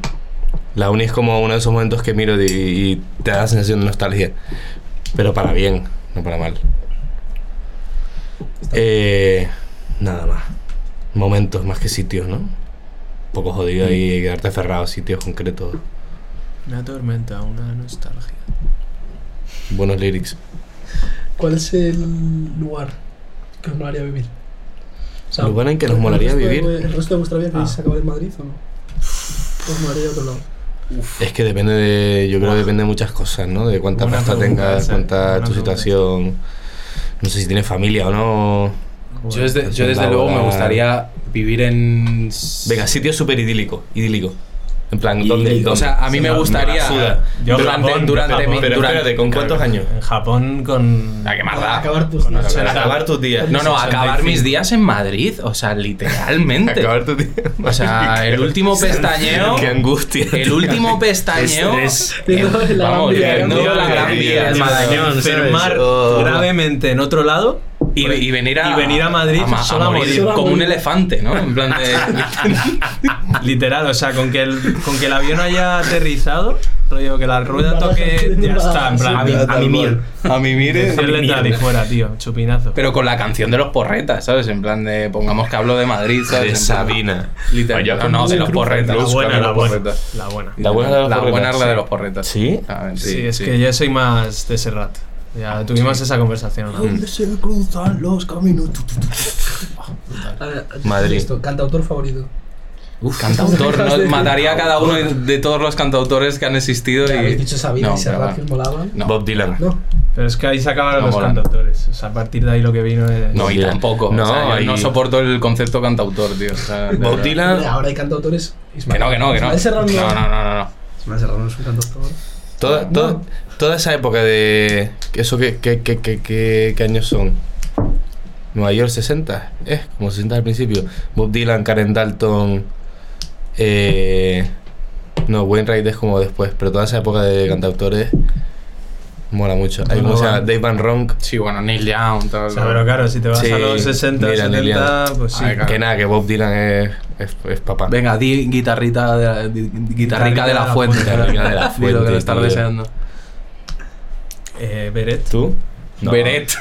[SPEAKER 3] La uni es como uno de esos momentos que miro y, y te da la sensación de nostalgia. Pero para bien, no para mal. Eh, nada más. Momentos más que sitios, ¿no? Un poco jodido ahí quedarte cerrado a sitios concretos.
[SPEAKER 5] Me atormenta una nostalgia.
[SPEAKER 3] Buenos lyrics.
[SPEAKER 2] ¿Cuál es el lugar que os molaría vivir? O
[SPEAKER 3] Lo bueno en que nos
[SPEAKER 2] ¿el
[SPEAKER 3] molaría
[SPEAKER 2] resto de
[SPEAKER 3] vivir-
[SPEAKER 2] vue- ¿El resto de vuestra vida queréis acabar en Madrid o no? ¿Os molaría otro lado?
[SPEAKER 3] Es que depende de. Yo creo que depende de muchas cosas, ¿no? De cuánta
[SPEAKER 5] Buena
[SPEAKER 3] pasta
[SPEAKER 5] pregunta
[SPEAKER 3] tengas,
[SPEAKER 5] esa,
[SPEAKER 3] cuánta
[SPEAKER 5] buena
[SPEAKER 3] tu
[SPEAKER 5] pregunta
[SPEAKER 3] situación. No sé si tienes familia o no.
[SPEAKER 6] yo desde, yo desde
[SPEAKER 3] Laboral.
[SPEAKER 6] luego me gustaría vivir en...
[SPEAKER 3] Venga, sitio súper idílico. Idílico. En plan, ¿dónde?
[SPEAKER 8] Idílico.
[SPEAKER 3] ¿dónde?
[SPEAKER 6] O sea, a mí me
[SPEAKER 3] la
[SPEAKER 6] gustaría...
[SPEAKER 3] suda.
[SPEAKER 5] Yo
[SPEAKER 6] durante
[SPEAKER 5] Japón,
[SPEAKER 6] durante
[SPEAKER 5] Japón.
[SPEAKER 6] mi...
[SPEAKER 3] Pero
[SPEAKER 6] durante-
[SPEAKER 3] espérate, ¿con cuántos años?
[SPEAKER 5] En Japón con.
[SPEAKER 6] Ah, qué más da.
[SPEAKER 2] Acabar tus días.
[SPEAKER 3] Para acabar tus días.
[SPEAKER 6] No, no, acabar mis días en Madrid, o sea, literalmente.
[SPEAKER 3] Acabar tus días.
[SPEAKER 6] O sea, el último pestañeo...
[SPEAKER 3] Qué angustia.
[SPEAKER 6] El
[SPEAKER 3] tío.
[SPEAKER 6] último pestañeo...
[SPEAKER 8] es-
[SPEAKER 2] Teniendo la
[SPEAKER 6] Vamos,
[SPEAKER 2] Gran Vía,
[SPEAKER 5] eh,
[SPEAKER 6] teniendo
[SPEAKER 2] ¿no?
[SPEAKER 6] la gran vía.
[SPEAKER 8] El Madañón, ¿sabes?
[SPEAKER 5] Enfermar
[SPEAKER 8] Oh.
[SPEAKER 5] gravemente en otro lado
[SPEAKER 6] Y, y venir a,
[SPEAKER 5] Y venir a Madrid
[SPEAKER 6] ma-
[SPEAKER 5] solo a morir.
[SPEAKER 2] Solo a
[SPEAKER 6] Como un
[SPEAKER 2] morir.
[SPEAKER 6] elefante, ¿no? En plan de.
[SPEAKER 5] Literal, o sea, con que el, con que el avión haya aterrizado, rollo que la rueda toque, ya está, en plan,
[SPEAKER 8] a, mi, a mimir.
[SPEAKER 6] a mí
[SPEAKER 5] decirle tal y fuera, tío, chupinazo.
[SPEAKER 6] Pero con la canción de los porretas, ¿sabes? En plan de. Pongamos que hablo de Madrid, ¿sabes?
[SPEAKER 3] De
[SPEAKER 6] En plan-
[SPEAKER 3] Sabina.
[SPEAKER 6] Literal.
[SPEAKER 3] Vaya,
[SPEAKER 6] no, no, de los
[SPEAKER 3] Cruz,
[SPEAKER 6] porretas.
[SPEAKER 5] la
[SPEAKER 3] Cruz,
[SPEAKER 5] buena, la
[SPEAKER 3] Carlos
[SPEAKER 5] buena,
[SPEAKER 3] Porreta.
[SPEAKER 5] la buena.
[SPEAKER 3] La buena de los
[SPEAKER 6] La buena
[SPEAKER 3] porretas,
[SPEAKER 6] es la de
[SPEAKER 3] sí.
[SPEAKER 6] los porretas.
[SPEAKER 3] ¿Sí?
[SPEAKER 6] Ah,
[SPEAKER 5] Sí, es que yo soy más de Serrat. Ya tuvimos esa conversación. ¿no?
[SPEAKER 2] se cruzan los caminos? Tu, tu, tu. A ver,
[SPEAKER 3] Madrid.
[SPEAKER 2] Listo, cantautor favorito.
[SPEAKER 6] Cantautor, ¿no? mataría a cada uno de todos los cantautores que han existido. y...
[SPEAKER 2] Habéis dicho Sabina
[SPEAKER 6] No,
[SPEAKER 2] y Serrat que os molaban.
[SPEAKER 6] No.
[SPEAKER 3] Bob Dylan.
[SPEAKER 2] No,
[SPEAKER 5] Pero es que ahí se acabaron
[SPEAKER 6] No
[SPEAKER 5] los
[SPEAKER 6] molan.
[SPEAKER 5] cantautores. O sea, a partir de ahí lo que vino es.
[SPEAKER 6] No, y
[SPEAKER 3] Dylan.
[SPEAKER 6] tampoco. No,
[SPEAKER 3] No,
[SPEAKER 6] yo no
[SPEAKER 3] y-
[SPEAKER 6] soporto el concepto cantautor, tío. o sea, de
[SPEAKER 3] Bob
[SPEAKER 6] verdad.
[SPEAKER 3] Dylan.
[SPEAKER 2] ahora hay cantautores.
[SPEAKER 6] Ah. Que no, que no, que no.
[SPEAKER 2] Ismael Serrano. Ah,
[SPEAKER 6] No, no, no, no, no.
[SPEAKER 2] Ismael Serrano es un cantautor.
[SPEAKER 3] Toda, toda, toda esa época de. ¿Eso qué, qué, qué, qué, qué- qué años son? Nueva York 60, es como 60 al principio. Bob Dylan, Karen Dalton. Eh, no, Wainwright es como después, pero toda esa época de cantautores mola mucho. Hay como se llama Dave Van Ronk.
[SPEAKER 6] Sí, bueno, Neil Young, todo
[SPEAKER 5] O
[SPEAKER 6] lo-
[SPEAKER 5] sea, pero claro, si te vas
[SPEAKER 3] Sí,
[SPEAKER 5] a los 60,
[SPEAKER 3] mira,
[SPEAKER 5] 70,
[SPEAKER 3] Nelia.
[SPEAKER 5] pues sí.
[SPEAKER 6] Ay, claro.
[SPEAKER 3] Que nada, que Bob Dylan es, es, es papá.
[SPEAKER 6] Venga, di guitarrita de la, di- guitarrica de la fuente.
[SPEAKER 5] Guitarrica
[SPEAKER 3] de la
[SPEAKER 6] Di lo que
[SPEAKER 3] fuente,
[SPEAKER 6] lo estás
[SPEAKER 3] tío.
[SPEAKER 6] deseando.
[SPEAKER 5] Eh, Beret.
[SPEAKER 3] ¿Tú? No. Beret.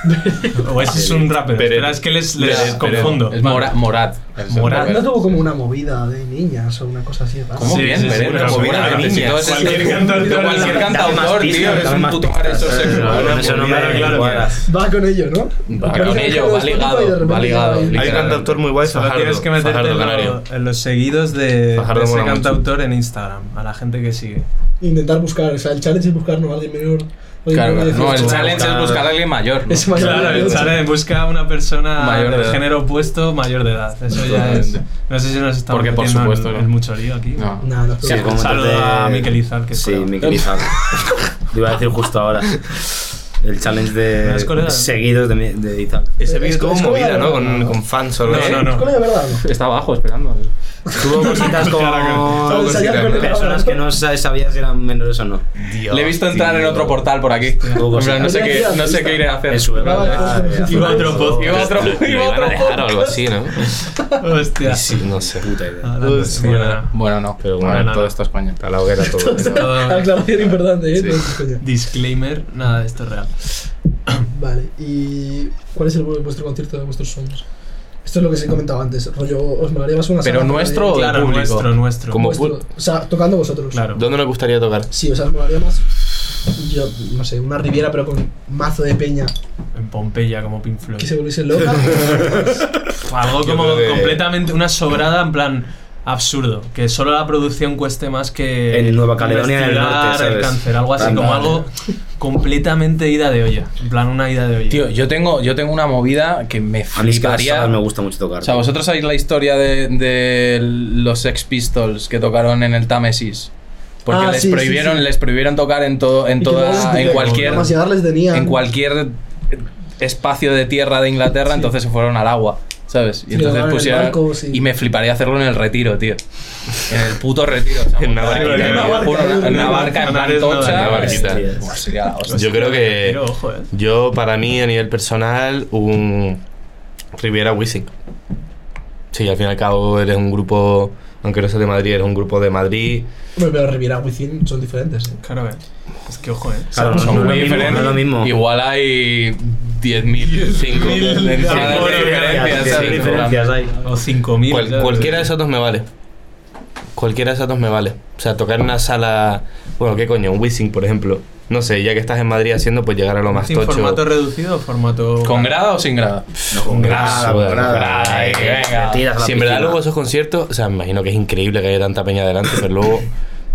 [SPEAKER 5] O ese es un rapero.
[SPEAKER 3] Pero-
[SPEAKER 5] Espera, es que les, les
[SPEAKER 3] Pero-
[SPEAKER 5] confundo.
[SPEAKER 6] Es Mora- Morad.
[SPEAKER 5] Morad.
[SPEAKER 2] No tuvo como una movida de niñas o una cosa así. ¿verdad?
[SPEAKER 6] ¿Cómo
[SPEAKER 5] Sí,
[SPEAKER 6] bien?
[SPEAKER 5] sí, sí,
[SPEAKER 6] Beret,
[SPEAKER 5] pero
[SPEAKER 6] como bien
[SPEAKER 5] seguramente.
[SPEAKER 6] de niñas.
[SPEAKER 3] Si todo ese-
[SPEAKER 5] Cualquier cantautor-
[SPEAKER 6] Cualquier
[SPEAKER 8] Dame más
[SPEAKER 6] cantautor, tío,
[SPEAKER 8] pistas,
[SPEAKER 6] es
[SPEAKER 8] dame
[SPEAKER 6] un
[SPEAKER 8] más
[SPEAKER 6] puto
[SPEAKER 8] pistas.
[SPEAKER 6] agresor sexual.
[SPEAKER 8] Claro, eh, Eso no me
[SPEAKER 5] Claro, claro.
[SPEAKER 8] cuadras.
[SPEAKER 2] Va con ello, ¿no?
[SPEAKER 6] Va
[SPEAKER 2] Porque
[SPEAKER 6] con
[SPEAKER 2] es
[SPEAKER 6] ello,
[SPEAKER 2] que
[SPEAKER 6] va
[SPEAKER 2] Spotify
[SPEAKER 6] ligado,
[SPEAKER 2] de repente
[SPEAKER 6] va ligado.
[SPEAKER 2] ya-
[SPEAKER 3] Hay un cantautor muy guay,
[SPEAKER 5] Solo
[SPEAKER 3] Fajardo.
[SPEAKER 5] tienes que meterte
[SPEAKER 3] Fajardo
[SPEAKER 5] en lo-
[SPEAKER 3] Canario.
[SPEAKER 5] en los seguidos de,
[SPEAKER 3] Fajardo
[SPEAKER 5] de ese
[SPEAKER 3] mola mucho.
[SPEAKER 5] cantautor en Instagram, a la gente que sigue.
[SPEAKER 2] Intentar buscar, o sea, el challenge es buscar ¿no? a alguien menor. alguien
[SPEAKER 6] Claro,
[SPEAKER 2] menor de
[SPEAKER 6] no, el
[SPEAKER 2] 18.
[SPEAKER 6] challenge es buscar a alguien mayor. ¿no?
[SPEAKER 2] Es
[SPEAKER 3] Pues
[SPEAKER 2] mayor
[SPEAKER 5] Claro,
[SPEAKER 2] de
[SPEAKER 5] el
[SPEAKER 2] 18.
[SPEAKER 5] challenge busca a una persona
[SPEAKER 6] Mayor de
[SPEAKER 5] del
[SPEAKER 6] edad.
[SPEAKER 5] género opuesto mayor de edad. Eso ya es. No sé si nos estamos
[SPEAKER 6] Porque, por
[SPEAKER 5] metiendo en-
[SPEAKER 6] supuesto,
[SPEAKER 5] en,
[SPEAKER 6] no.
[SPEAKER 5] mucho lío aquí.
[SPEAKER 6] No.
[SPEAKER 2] No, no,
[SPEAKER 8] Sí,
[SPEAKER 2] pero-
[SPEAKER 8] como
[SPEAKER 5] Saludo
[SPEAKER 8] entonces-
[SPEAKER 5] a Mikel Izal, que es
[SPEAKER 8] Sí,
[SPEAKER 5] colega.
[SPEAKER 8] Mikel Izal. Lo iba a decir justo ahora. El challenge
[SPEAKER 5] ¿No es colega?
[SPEAKER 8] de seguidos de, mi- de Izal.
[SPEAKER 3] Ese vídeo
[SPEAKER 2] Es-
[SPEAKER 3] tuvo
[SPEAKER 2] es como
[SPEAKER 3] movida,
[SPEAKER 2] la-
[SPEAKER 3] ¿no? Con, con fans o algo
[SPEAKER 5] No,
[SPEAKER 3] así.
[SPEAKER 5] no,
[SPEAKER 2] Es
[SPEAKER 5] no.
[SPEAKER 2] colega de verdad, ¿no?
[SPEAKER 8] Está abajo esperando. Tuvo cositas
[SPEAKER 3] Todo
[SPEAKER 2] Todo
[SPEAKER 8] como
[SPEAKER 2] ensayado
[SPEAKER 3] cositas,
[SPEAKER 2] con el-
[SPEAKER 8] personas que no sa- sabías si eran menores o no.
[SPEAKER 3] Dios,
[SPEAKER 6] Le he visto entrar
[SPEAKER 3] tío.
[SPEAKER 6] en otro portal por aquí. En plan, no sé qué, no sé qué iré a hacer.
[SPEAKER 8] En su época.
[SPEAKER 2] Graba cosas.
[SPEAKER 8] eh,
[SPEAKER 5] Iba a otro
[SPEAKER 8] hace-
[SPEAKER 5] podcast.
[SPEAKER 6] Iba otro,
[SPEAKER 3] Lo
[SPEAKER 6] iba
[SPEAKER 3] iban a
[SPEAKER 6] otro
[SPEAKER 3] dejar o algo así, ¿no?
[SPEAKER 5] Hostia.
[SPEAKER 3] Sí, no sé.
[SPEAKER 8] Puta idea.
[SPEAKER 5] Ah, no, es buena.
[SPEAKER 6] Bueno, no.
[SPEAKER 3] Pero
[SPEAKER 5] Bueno,
[SPEAKER 3] bueno,
[SPEAKER 5] nada.
[SPEAKER 3] todo esto es coña. Está la hoguera todo. ¿no?
[SPEAKER 5] Todo-
[SPEAKER 2] Aclaración importante, ¿eh? No, coño.
[SPEAKER 5] Disclaimer, nada, esto es real.
[SPEAKER 2] Vale, ¿y cuál es el, vu- vuestro concierto de vuestros sueños? Esto es lo que se comentaba antes, rollo, os molaría más una
[SPEAKER 6] Pero
[SPEAKER 2] saga
[SPEAKER 6] nuestro
[SPEAKER 2] de-
[SPEAKER 6] o
[SPEAKER 5] Claro,
[SPEAKER 6] público.
[SPEAKER 5] nuestro, nuestro.
[SPEAKER 3] Como
[SPEAKER 2] vuestro,
[SPEAKER 3] pul-
[SPEAKER 2] O sea, tocando vosotros.
[SPEAKER 5] Claro.
[SPEAKER 3] ¿Dónde nos gustaría tocar?
[SPEAKER 2] Sí, o sea, os molaría más, yo, no sé, una riviera pero con mazo de peña
[SPEAKER 5] En Pompeya, como Pink Floyd.
[SPEAKER 2] que se volviese loca.
[SPEAKER 5] Algo
[SPEAKER 3] Yo
[SPEAKER 5] como
[SPEAKER 3] creo que-
[SPEAKER 5] completamente una sobrada en plan absurdo, que solo la producción cueste más que
[SPEAKER 8] En Nueva Caledonia, en el norte,
[SPEAKER 5] investigar el
[SPEAKER 8] ¿sabes?
[SPEAKER 5] cáncer, algo así
[SPEAKER 8] Anda.
[SPEAKER 5] como algo completamente ida de olla, en plan una ida de olla.
[SPEAKER 6] Tío, yo tengo, yo tengo una movida que
[SPEAKER 8] A mí
[SPEAKER 6] me
[SPEAKER 8] es que las
[SPEAKER 6] fliparía.
[SPEAKER 8] sagas me gusta mucho tocar.
[SPEAKER 6] o sea, vosotros sabéis la historia de, de los Sex Pistols que tocaron en el Támesis. Porque
[SPEAKER 2] Ah,
[SPEAKER 6] les
[SPEAKER 2] sí, sí,
[SPEAKER 6] prohibieron,
[SPEAKER 2] sí.
[SPEAKER 6] les prohibieron tocar en todo, en
[SPEAKER 2] Y que luego
[SPEAKER 6] toda,
[SPEAKER 2] les-
[SPEAKER 6] en cualquier,
[SPEAKER 2] Nada más llegar les tenían.
[SPEAKER 6] en cualquier espacio de tierra de Inglaterra, entonces se fueron al agua, ¿sabes? Y
[SPEAKER 2] Sí,
[SPEAKER 6] entonces
[SPEAKER 2] en el
[SPEAKER 6] pusieron.
[SPEAKER 2] barco, sí.
[SPEAKER 6] Y me fliparía hacerlo en el retiro, tío. En el puto retiro. o sea,
[SPEAKER 3] En una
[SPEAKER 6] montar-
[SPEAKER 3] barquita.
[SPEAKER 6] en una barca, en una barca, en plan
[SPEAKER 5] Canales no dan.
[SPEAKER 6] tocha,
[SPEAKER 5] En una
[SPEAKER 3] barquita.
[SPEAKER 6] hostia, buah, sería la hostia.
[SPEAKER 3] Yo creo que.
[SPEAKER 5] Pero, ojo, eh.
[SPEAKER 3] Yo, para mí, a nivel personal, un Riviera Wissing. Sí, al fin y al cabo eres un grupo, aunque no seas de Madrid, eres un grupo de Madrid.
[SPEAKER 2] Hombre, pero Riviera Within son diferentes. ¿eh?
[SPEAKER 5] Claro, eh. Es que ojo, eh.
[SPEAKER 8] Claro, no,
[SPEAKER 6] Son
[SPEAKER 8] no
[SPEAKER 6] muy
[SPEAKER 8] es lo mismo, no
[SPEAKER 6] diferentes.
[SPEAKER 8] es lo mismo.
[SPEAKER 6] Igual hay 10.000, 5.000
[SPEAKER 5] mil
[SPEAKER 6] entradas de
[SPEAKER 5] diferencias,
[SPEAKER 6] diferencia,
[SPEAKER 8] Diferencias,
[SPEAKER 6] ¿sabes?
[SPEAKER 8] diferencias hay.
[SPEAKER 5] O 5000.
[SPEAKER 3] Cual-
[SPEAKER 5] ¿sabes?
[SPEAKER 3] cualquiera de esos dos me vale. Cualquiera de esos dos me vale. O sea, tocar en una sala. Bueno, ¿qué coño? Un Wissing, por ejemplo. No sé, ya que estás en Madrid haciendo, pues llegar a lo más
[SPEAKER 5] ¿En
[SPEAKER 3] tocho.
[SPEAKER 5] formato reducido o formato
[SPEAKER 6] ¿Con grada o sin grada?
[SPEAKER 8] Con grada, con grada.
[SPEAKER 6] Ay, venga.
[SPEAKER 8] Te tiras a la
[SPEAKER 3] Si en verdad
[SPEAKER 8] piscina.
[SPEAKER 3] luego esos conciertos, o sea, me imagino que es increíble que haya tanta peña adelante, pero luego.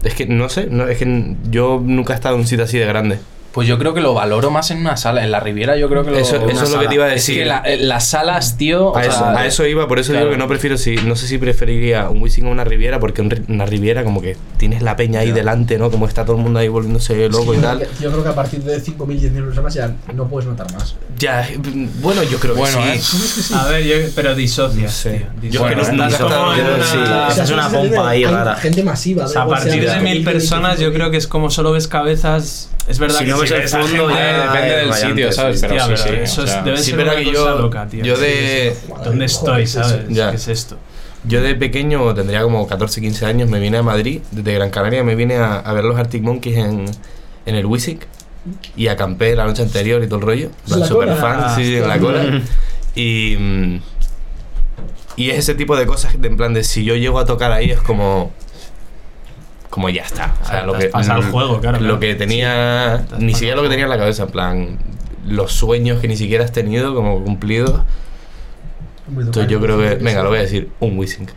[SPEAKER 3] Es que no sé, no, es que yo nunca he estado en un sitio así de grande.
[SPEAKER 6] Pues yo creo que lo valoro más en una sala. En la Riviera yo creo que lo...
[SPEAKER 3] Eso, eso
[SPEAKER 8] una
[SPEAKER 3] es lo que
[SPEAKER 8] sala.
[SPEAKER 3] te iba a
[SPEAKER 6] Es
[SPEAKER 3] decir.
[SPEAKER 6] que la- eh, las salas, tío... o
[SPEAKER 3] a, eso,
[SPEAKER 6] sea,
[SPEAKER 3] a eso iba, por eso
[SPEAKER 6] claro.
[SPEAKER 3] digo que no prefiero si. No sé si preferiría un Wissing o una Riviera, porque un ri- una Riviera, como que tienes la peña ahí delante, ¿no? Como está todo el mundo ahí volviéndose loco y
[SPEAKER 2] yo,
[SPEAKER 3] tal.
[SPEAKER 2] Creo que, yo creo que a partir de 5.000, 10.000 personas ya no puedes notar más.
[SPEAKER 3] Ya, eh, bueno, yo creo que
[SPEAKER 6] Bueno,
[SPEAKER 3] sí.
[SPEAKER 6] eh.
[SPEAKER 5] A ver, yo, pero disocias, tío.
[SPEAKER 3] Yo es que
[SPEAKER 5] disocias.
[SPEAKER 3] no- no
[SPEAKER 5] Estás
[SPEAKER 3] sé,
[SPEAKER 5] como
[SPEAKER 3] yo
[SPEAKER 5] en
[SPEAKER 3] no sé.
[SPEAKER 5] Ah, una-
[SPEAKER 8] O sea, es una pompa ahí
[SPEAKER 2] hay
[SPEAKER 8] rara.
[SPEAKER 2] Gente masiva.
[SPEAKER 5] O sea, a partir de mil personas, yo creo que es como solo ves cabezas. Es verdad
[SPEAKER 8] Si
[SPEAKER 5] que
[SPEAKER 8] no ves el
[SPEAKER 5] a
[SPEAKER 8] fondo,
[SPEAKER 5] gente-
[SPEAKER 8] ya-
[SPEAKER 6] eh, depende del
[SPEAKER 8] Radiante,
[SPEAKER 6] sitio, ¿sabes?
[SPEAKER 8] sí,
[SPEAKER 6] Pero
[SPEAKER 5] Tía,
[SPEAKER 6] sí,
[SPEAKER 5] pero
[SPEAKER 6] sí.
[SPEAKER 5] eso
[SPEAKER 6] o
[SPEAKER 5] es-
[SPEAKER 6] sea,
[SPEAKER 5] debe
[SPEAKER 3] sí,
[SPEAKER 5] ser
[SPEAKER 3] pero
[SPEAKER 5] una
[SPEAKER 3] que
[SPEAKER 5] cosa
[SPEAKER 3] yo-
[SPEAKER 5] loca, tío.
[SPEAKER 3] yo
[SPEAKER 5] Sí,
[SPEAKER 3] de-
[SPEAKER 5] sí, sí. ¿Dónde estoy, sabes?
[SPEAKER 3] Ya.
[SPEAKER 5] ¿Qué es esto?
[SPEAKER 3] Yo de pequeño, tendría como 14, 15 años, me vine a Madrid, desde Gran Canaria, me vine a, a ver los Arctic Monkeys en, en el Wisic y acampé la noche anterior y todo el rollo.
[SPEAKER 2] ¿En la Ah,
[SPEAKER 3] super
[SPEAKER 5] cola?
[SPEAKER 3] fan, sí, sí, en la cola. Y, mm, y es ese tipo de cosas, de, en plan de si yo llego a tocar ahí es como. Como ya está. O sea,
[SPEAKER 5] Ah,
[SPEAKER 3] lo
[SPEAKER 5] te
[SPEAKER 3] que. mm,
[SPEAKER 5] has pasado el juego, claro,
[SPEAKER 3] Lo
[SPEAKER 5] claro.
[SPEAKER 3] que tenía.
[SPEAKER 5] te has
[SPEAKER 3] ni
[SPEAKER 5] pasado
[SPEAKER 3] siquiera
[SPEAKER 5] el
[SPEAKER 3] lo que tenía en la cabeza, en plan. Los sueños que ni siquiera has tenido como cumplidos. Entonces yo creo que. Venga, lo voy a decir. Un Wissing.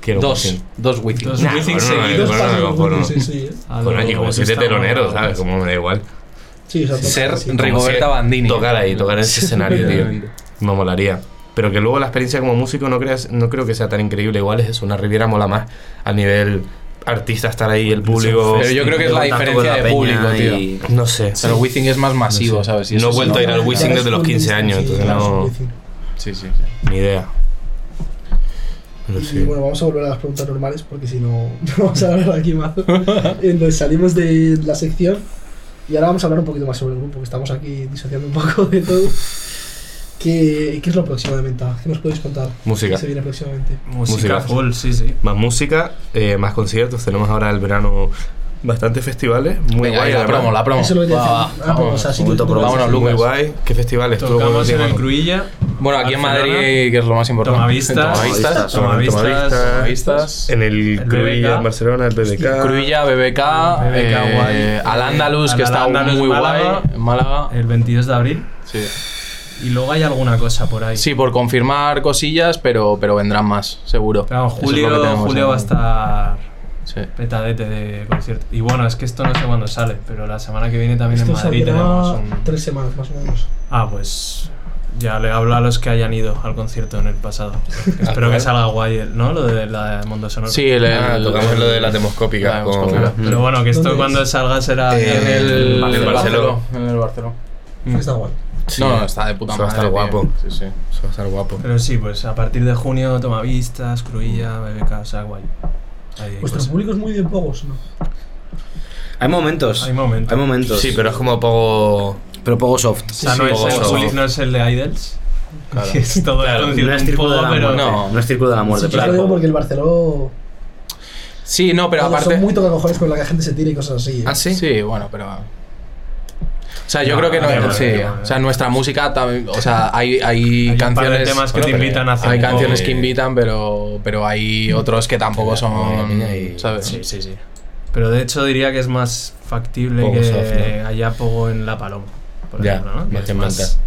[SPEAKER 3] Quiero un
[SPEAKER 6] Dos.
[SPEAKER 3] Wissing.
[SPEAKER 6] Dos whisky.
[SPEAKER 5] Dos
[SPEAKER 3] Nah,
[SPEAKER 5] Wizzing
[SPEAKER 3] bueno,
[SPEAKER 5] seguidos.
[SPEAKER 3] Dos pasos, bueno.
[SPEAKER 2] Sí, sí. eh.
[SPEAKER 5] A lo
[SPEAKER 3] Bueno, yo como siete
[SPEAKER 5] Batista
[SPEAKER 3] teloneros,
[SPEAKER 5] Moreno.
[SPEAKER 3] ¿sabes? Como me da igual.
[SPEAKER 2] Sí, o sea, toca-
[SPEAKER 6] Ser
[SPEAKER 2] sí.
[SPEAKER 3] Como
[SPEAKER 6] Rigoberta
[SPEAKER 3] si-
[SPEAKER 6] Bandini.
[SPEAKER 3] Tocar ahí, tocar en ese escenario, tío. Me molaría. Pero que luego la experiencia como músico no, creas, no creo que sea tan increíble. Igual es eso, una Riviera mola más a nivel artista estar ahí, el público.
[SPEAKER 6] Pero yo creo que es la
[SPEAKER 8] Contacto con
[SPEAKER 6] diferencia
[SPEAKER 8] la
[SPEAKER 6] de público,
[SPEAKER 8] peña
[SPEAKER 6] tío.
[SPEAKER 8] y-
[SPEAKER 3] No sé.
[SPEAKER 6] Pero Wizzing es más masivo, ¿sabes? Y
[SPEAKER 3] No
[SPEAKER 6] eso
[SPEAKER 3] he
[SPEAKER 6] sí
[SPEAKER 3] vuelto a ir
[SPEAKER 6] nota.
[SPEAKER 3] al Wizzing
[SPEAKER 2] Claro,
[SPEAKER 3] desde los
[SPEAKER 2] son
[SPEAKER 3] 15 años,
[SPEAKER 2] sí,
[SPEAKER 3] entonces
[SPEAKER 2] claro,
[SPEAKER 3] no.
[SPEAKER 2] son 15.
[SPEAKER 6] Sí, sí.
[SPEAKER 3] Ni idea. No
[SPEAKER 2] Y
[SPEAKER 3] sé.
[SPEAKER 2] bueno, vamos a volver a las preguntas normales porque si no, no vamos a hablar aquí más. Entonces salimos de la sección y ahora vamos a hablar un poquito más sobre el grupo, que estamos aquí disociando un poco de todo. ¿Qué, qué es lo próximo de Menta? ¿Qué nos podéis contar? ¿Qué
[SPEAKER 3] Música.
[SPEAKER 2] se viene próximamente?
[SPEAKER 5] Música
[SPEAKER 3] Música.
[SPEAKER 5] full, sí, sí.
[SPEAKER 3] Más música, eh, más conciertos. Tenemos ahora el verano bastantes festivales. Muy
[SPEAKER 6] Venga,
[SPEAKER 3] guay.
[SPEAKER 6] ahí la
[SPEAKER 3] además.
[SPEAKER 6] promo, la promo.
[SPEAKER 2] Eso es lo que te
[SPEAKER 6] Va,
[SPEAKER 2] decía.
[SPEAKER 6] va,
[SPEAKER 2] Ah, pues,
[SPEAKER 6] vamos.
[SPEAKER 2] así que
[SPEAKER 6] Momento
[SPEAKER 2] tú-
[SPEAKER 6] promo. Vámonos,
[SPEAKER 3] Muy
[SPEAKER 6] Lucas.
[SPEAKER 3] guay. ¿Qué festivales? Estuvo
[SPEAKER 5] Tocamos en
[SPEAKER 3] buenísimo.
[SPEAKER 5] el Cruilla.
[SPEAKER 6] Bueno, aquí en
[SPEAKER 5] Barcelona,
[SPEAKER 6] Madrid, que es lo más importante.
[SPEAKER 5] Tomavistas.
[SPEAKER 6] Tomavistas.
[SPEAKER 5] Tomavistas.
[SPEAKER 6] Tomavistas.
[SPEAKER 3] En el
[SPEAKER 5] El
[SPEAKER 3] Cruilla,
[SPEAKER 5] BBK.
[SPEAKER 3] en Barcelona, el BBK.
[SPEAKER 6] Cruilla, BBK,
[SPEAKER 5] BBK,
[SPEAKER 6] eh,
[SPEAKER 5] guay.
[SPEAKER 6] Al Andalus,
[SPEAKER 5] Al
[SPEAKER 6] que está
[SPEAKER 5] Al-Andalus,
[SPEAKER 6] muy
[SPEAKER 5] Málaga.
[SPEAKER 6] guay. Málaga.
[SPEAKER 2] Eh.
[SPEAKER 5] El 22 de abril.
[SPEAKER 6] Sí.
[SPEAKER 5] Y luego hay alguna cosa por ahí.
[SPEAKER 6] Sí, por confirmar cosillas, pero, pero vendrán más, seguro.
[SPEAKER 5] Claro,
[SPEAKER 6] Eso es lo que
[SPEAKER 5] Ah, Julio,
[SPEAKER 6] tenemos,
[SPEAKER 5] Julio
[SPEAKER 6] ¿no?
[SPEAKER 5] va a estar
[SPEAKER 6] Sí.
[SPEAKER 5] petadete de concierto. Y bueno, es que esto no sé cuándo sale, pero la semana que viene también
[SPEAKER 2] Esto
[SPEAKER 5] en Madrid
[SPEAKER 2] saldrá
[SPEAKER 5] tenemos un...
[SPEAKER 2] tres semanas más o menos.
[SPEAKER 5] Ah, pues ya le hablo a los que hayan ido al concierto en el pasado. Espero que salga guay, el- ¿no? Lo de la de Mundo Sonoro.
[SPEAKER 6] Sí, el,
[SPEAKER 3] Ah,
[SPEAKER 6] el-
[SPEAKER 3] tocamos lo de la demoscópica
[SPEAKER 6] la
[SPEAKER 3] con-
[SPEAKER 6] demoscópica.
[SPEAKER 5] Pero bueno,
[SPEAKER 2] ¿Dónde
[SPEAKER 5] que esto
[SPEAKER 2] es?
[SPEAKER 5] cuando salga será
[SPEAKER 3] Eh,
[SPEAKER 6] En el,
[SPEAKER 3] en
[SPEAKER 6] en
[SPEAKER 3] Barcelona.
[SPEAKER 6] En el Barcelona.
[SPEAKER 5] Mm.
[SPEAKER 2] Está guay.
[SPEAKER 6] No, no, está de puta
[SPEAKER 3] Eso va a
[SPEAKER 6] madre.
[SPEAKER 3] estar
[SPEAKER 6] tío.
[SPEAKER 3] guapo.
[SPEAKER 6] Sí, sí.
[SPEAKER 3] Eso va a estar guapo.
[SPEAKER 5] Pero sí, pues a partir de junio, Tomavistas, Cruilla, BBK, o sea, guay. Ahí hay
[SPEAKER 2] Vuestro
[SPEAKER 5] cosas.
[SPEAKER 2] público es muy de pocos, ¿no?
[SPEAKER 8] Hay momentos.
[SPEAKER 5] Hay momentos.
[SPEAKER 8] Hay momentos.
[SPEAKER 3] Sí, pero es como poco.
[SPEAKER 8] Pero poco soft.
[SPEAKER 5] O sea, no,
[SPEAKER 3] sí,
[SPEAKER 5] es el
[SPEAKER 3] ojo.
[SPEAKER 5] público, no es el de Idols. Que es todo el
[SPEAKER 8] No
[SPEAKER 5] concierto
[SPEAKER 8] es
[SPEAKER 5] un
[SPEAKER 8] círculo de
[SPEAKER 5] poco,
[SPEAKER 8] la
[SPEAKER 5] pero
[SPEAKER 8] muerte. No, no es círculo de la muerte.
[SPEAKER 2] Sí, yo
[SPEAKER 8] pero
[SPEAKER 2] lo digo
[SPEAKER 8] algo.
[SPEAKER 2] porque el Barceló.
[SPEAKER 6] Sí, no, pero
[SPEAKER 2] Todos
[SPEAKER 6] aparte.
[SPEAKER 2] Son muy tocacojones con la que la gente se tira y cosas así. ¿eh?
[SPEAKER 3] Ah, sí.
[SPEAKER 6] Sí, bueno, pero. O sea, yo
[SPEAKER 5] No,
[SPEAKER 6] creo que no,
[SPEAKER 5] vale, vale,
[SPEAKER 6] sí.
[SPEAKER 5] vale, vale.
[SPEAKER 6] O sea, nuestra música también. O sea, hay, hay,
[SPEAKER 5] Hay un par de
[SPEAKER 6] canciones.
[SPEAKER 5] temas que te
[SPEAKER 6] pero
[SPEAKER 5] invitan a hacer
[SPEAKER 6] Hay
[SPEAKER 5] un poco
[SPEAKER 6] canciones que
[SPEAKER 5] de-
[SPEAKER 6] invitan, pero, pero hay otros que tampoco son. ¿Sabes?
[SPEAKER 5] Sí, sí, sí. Pero de hecho diría que es más factible
[SPEAKER 3] Pogo
[SPEAKER 5] que
[SPEAKER 3] soft, ¿no?
[SPEAKER 5] haya Pogo en La Paloma, por
[SPEAKER 3] Ya,
[SPEAKER 5] ejemplo, ¿no? Que
[SPEAKER 3] más
[SPEAKER 5] es
[SPEAKER 3] que
[SPEAKER 5] más,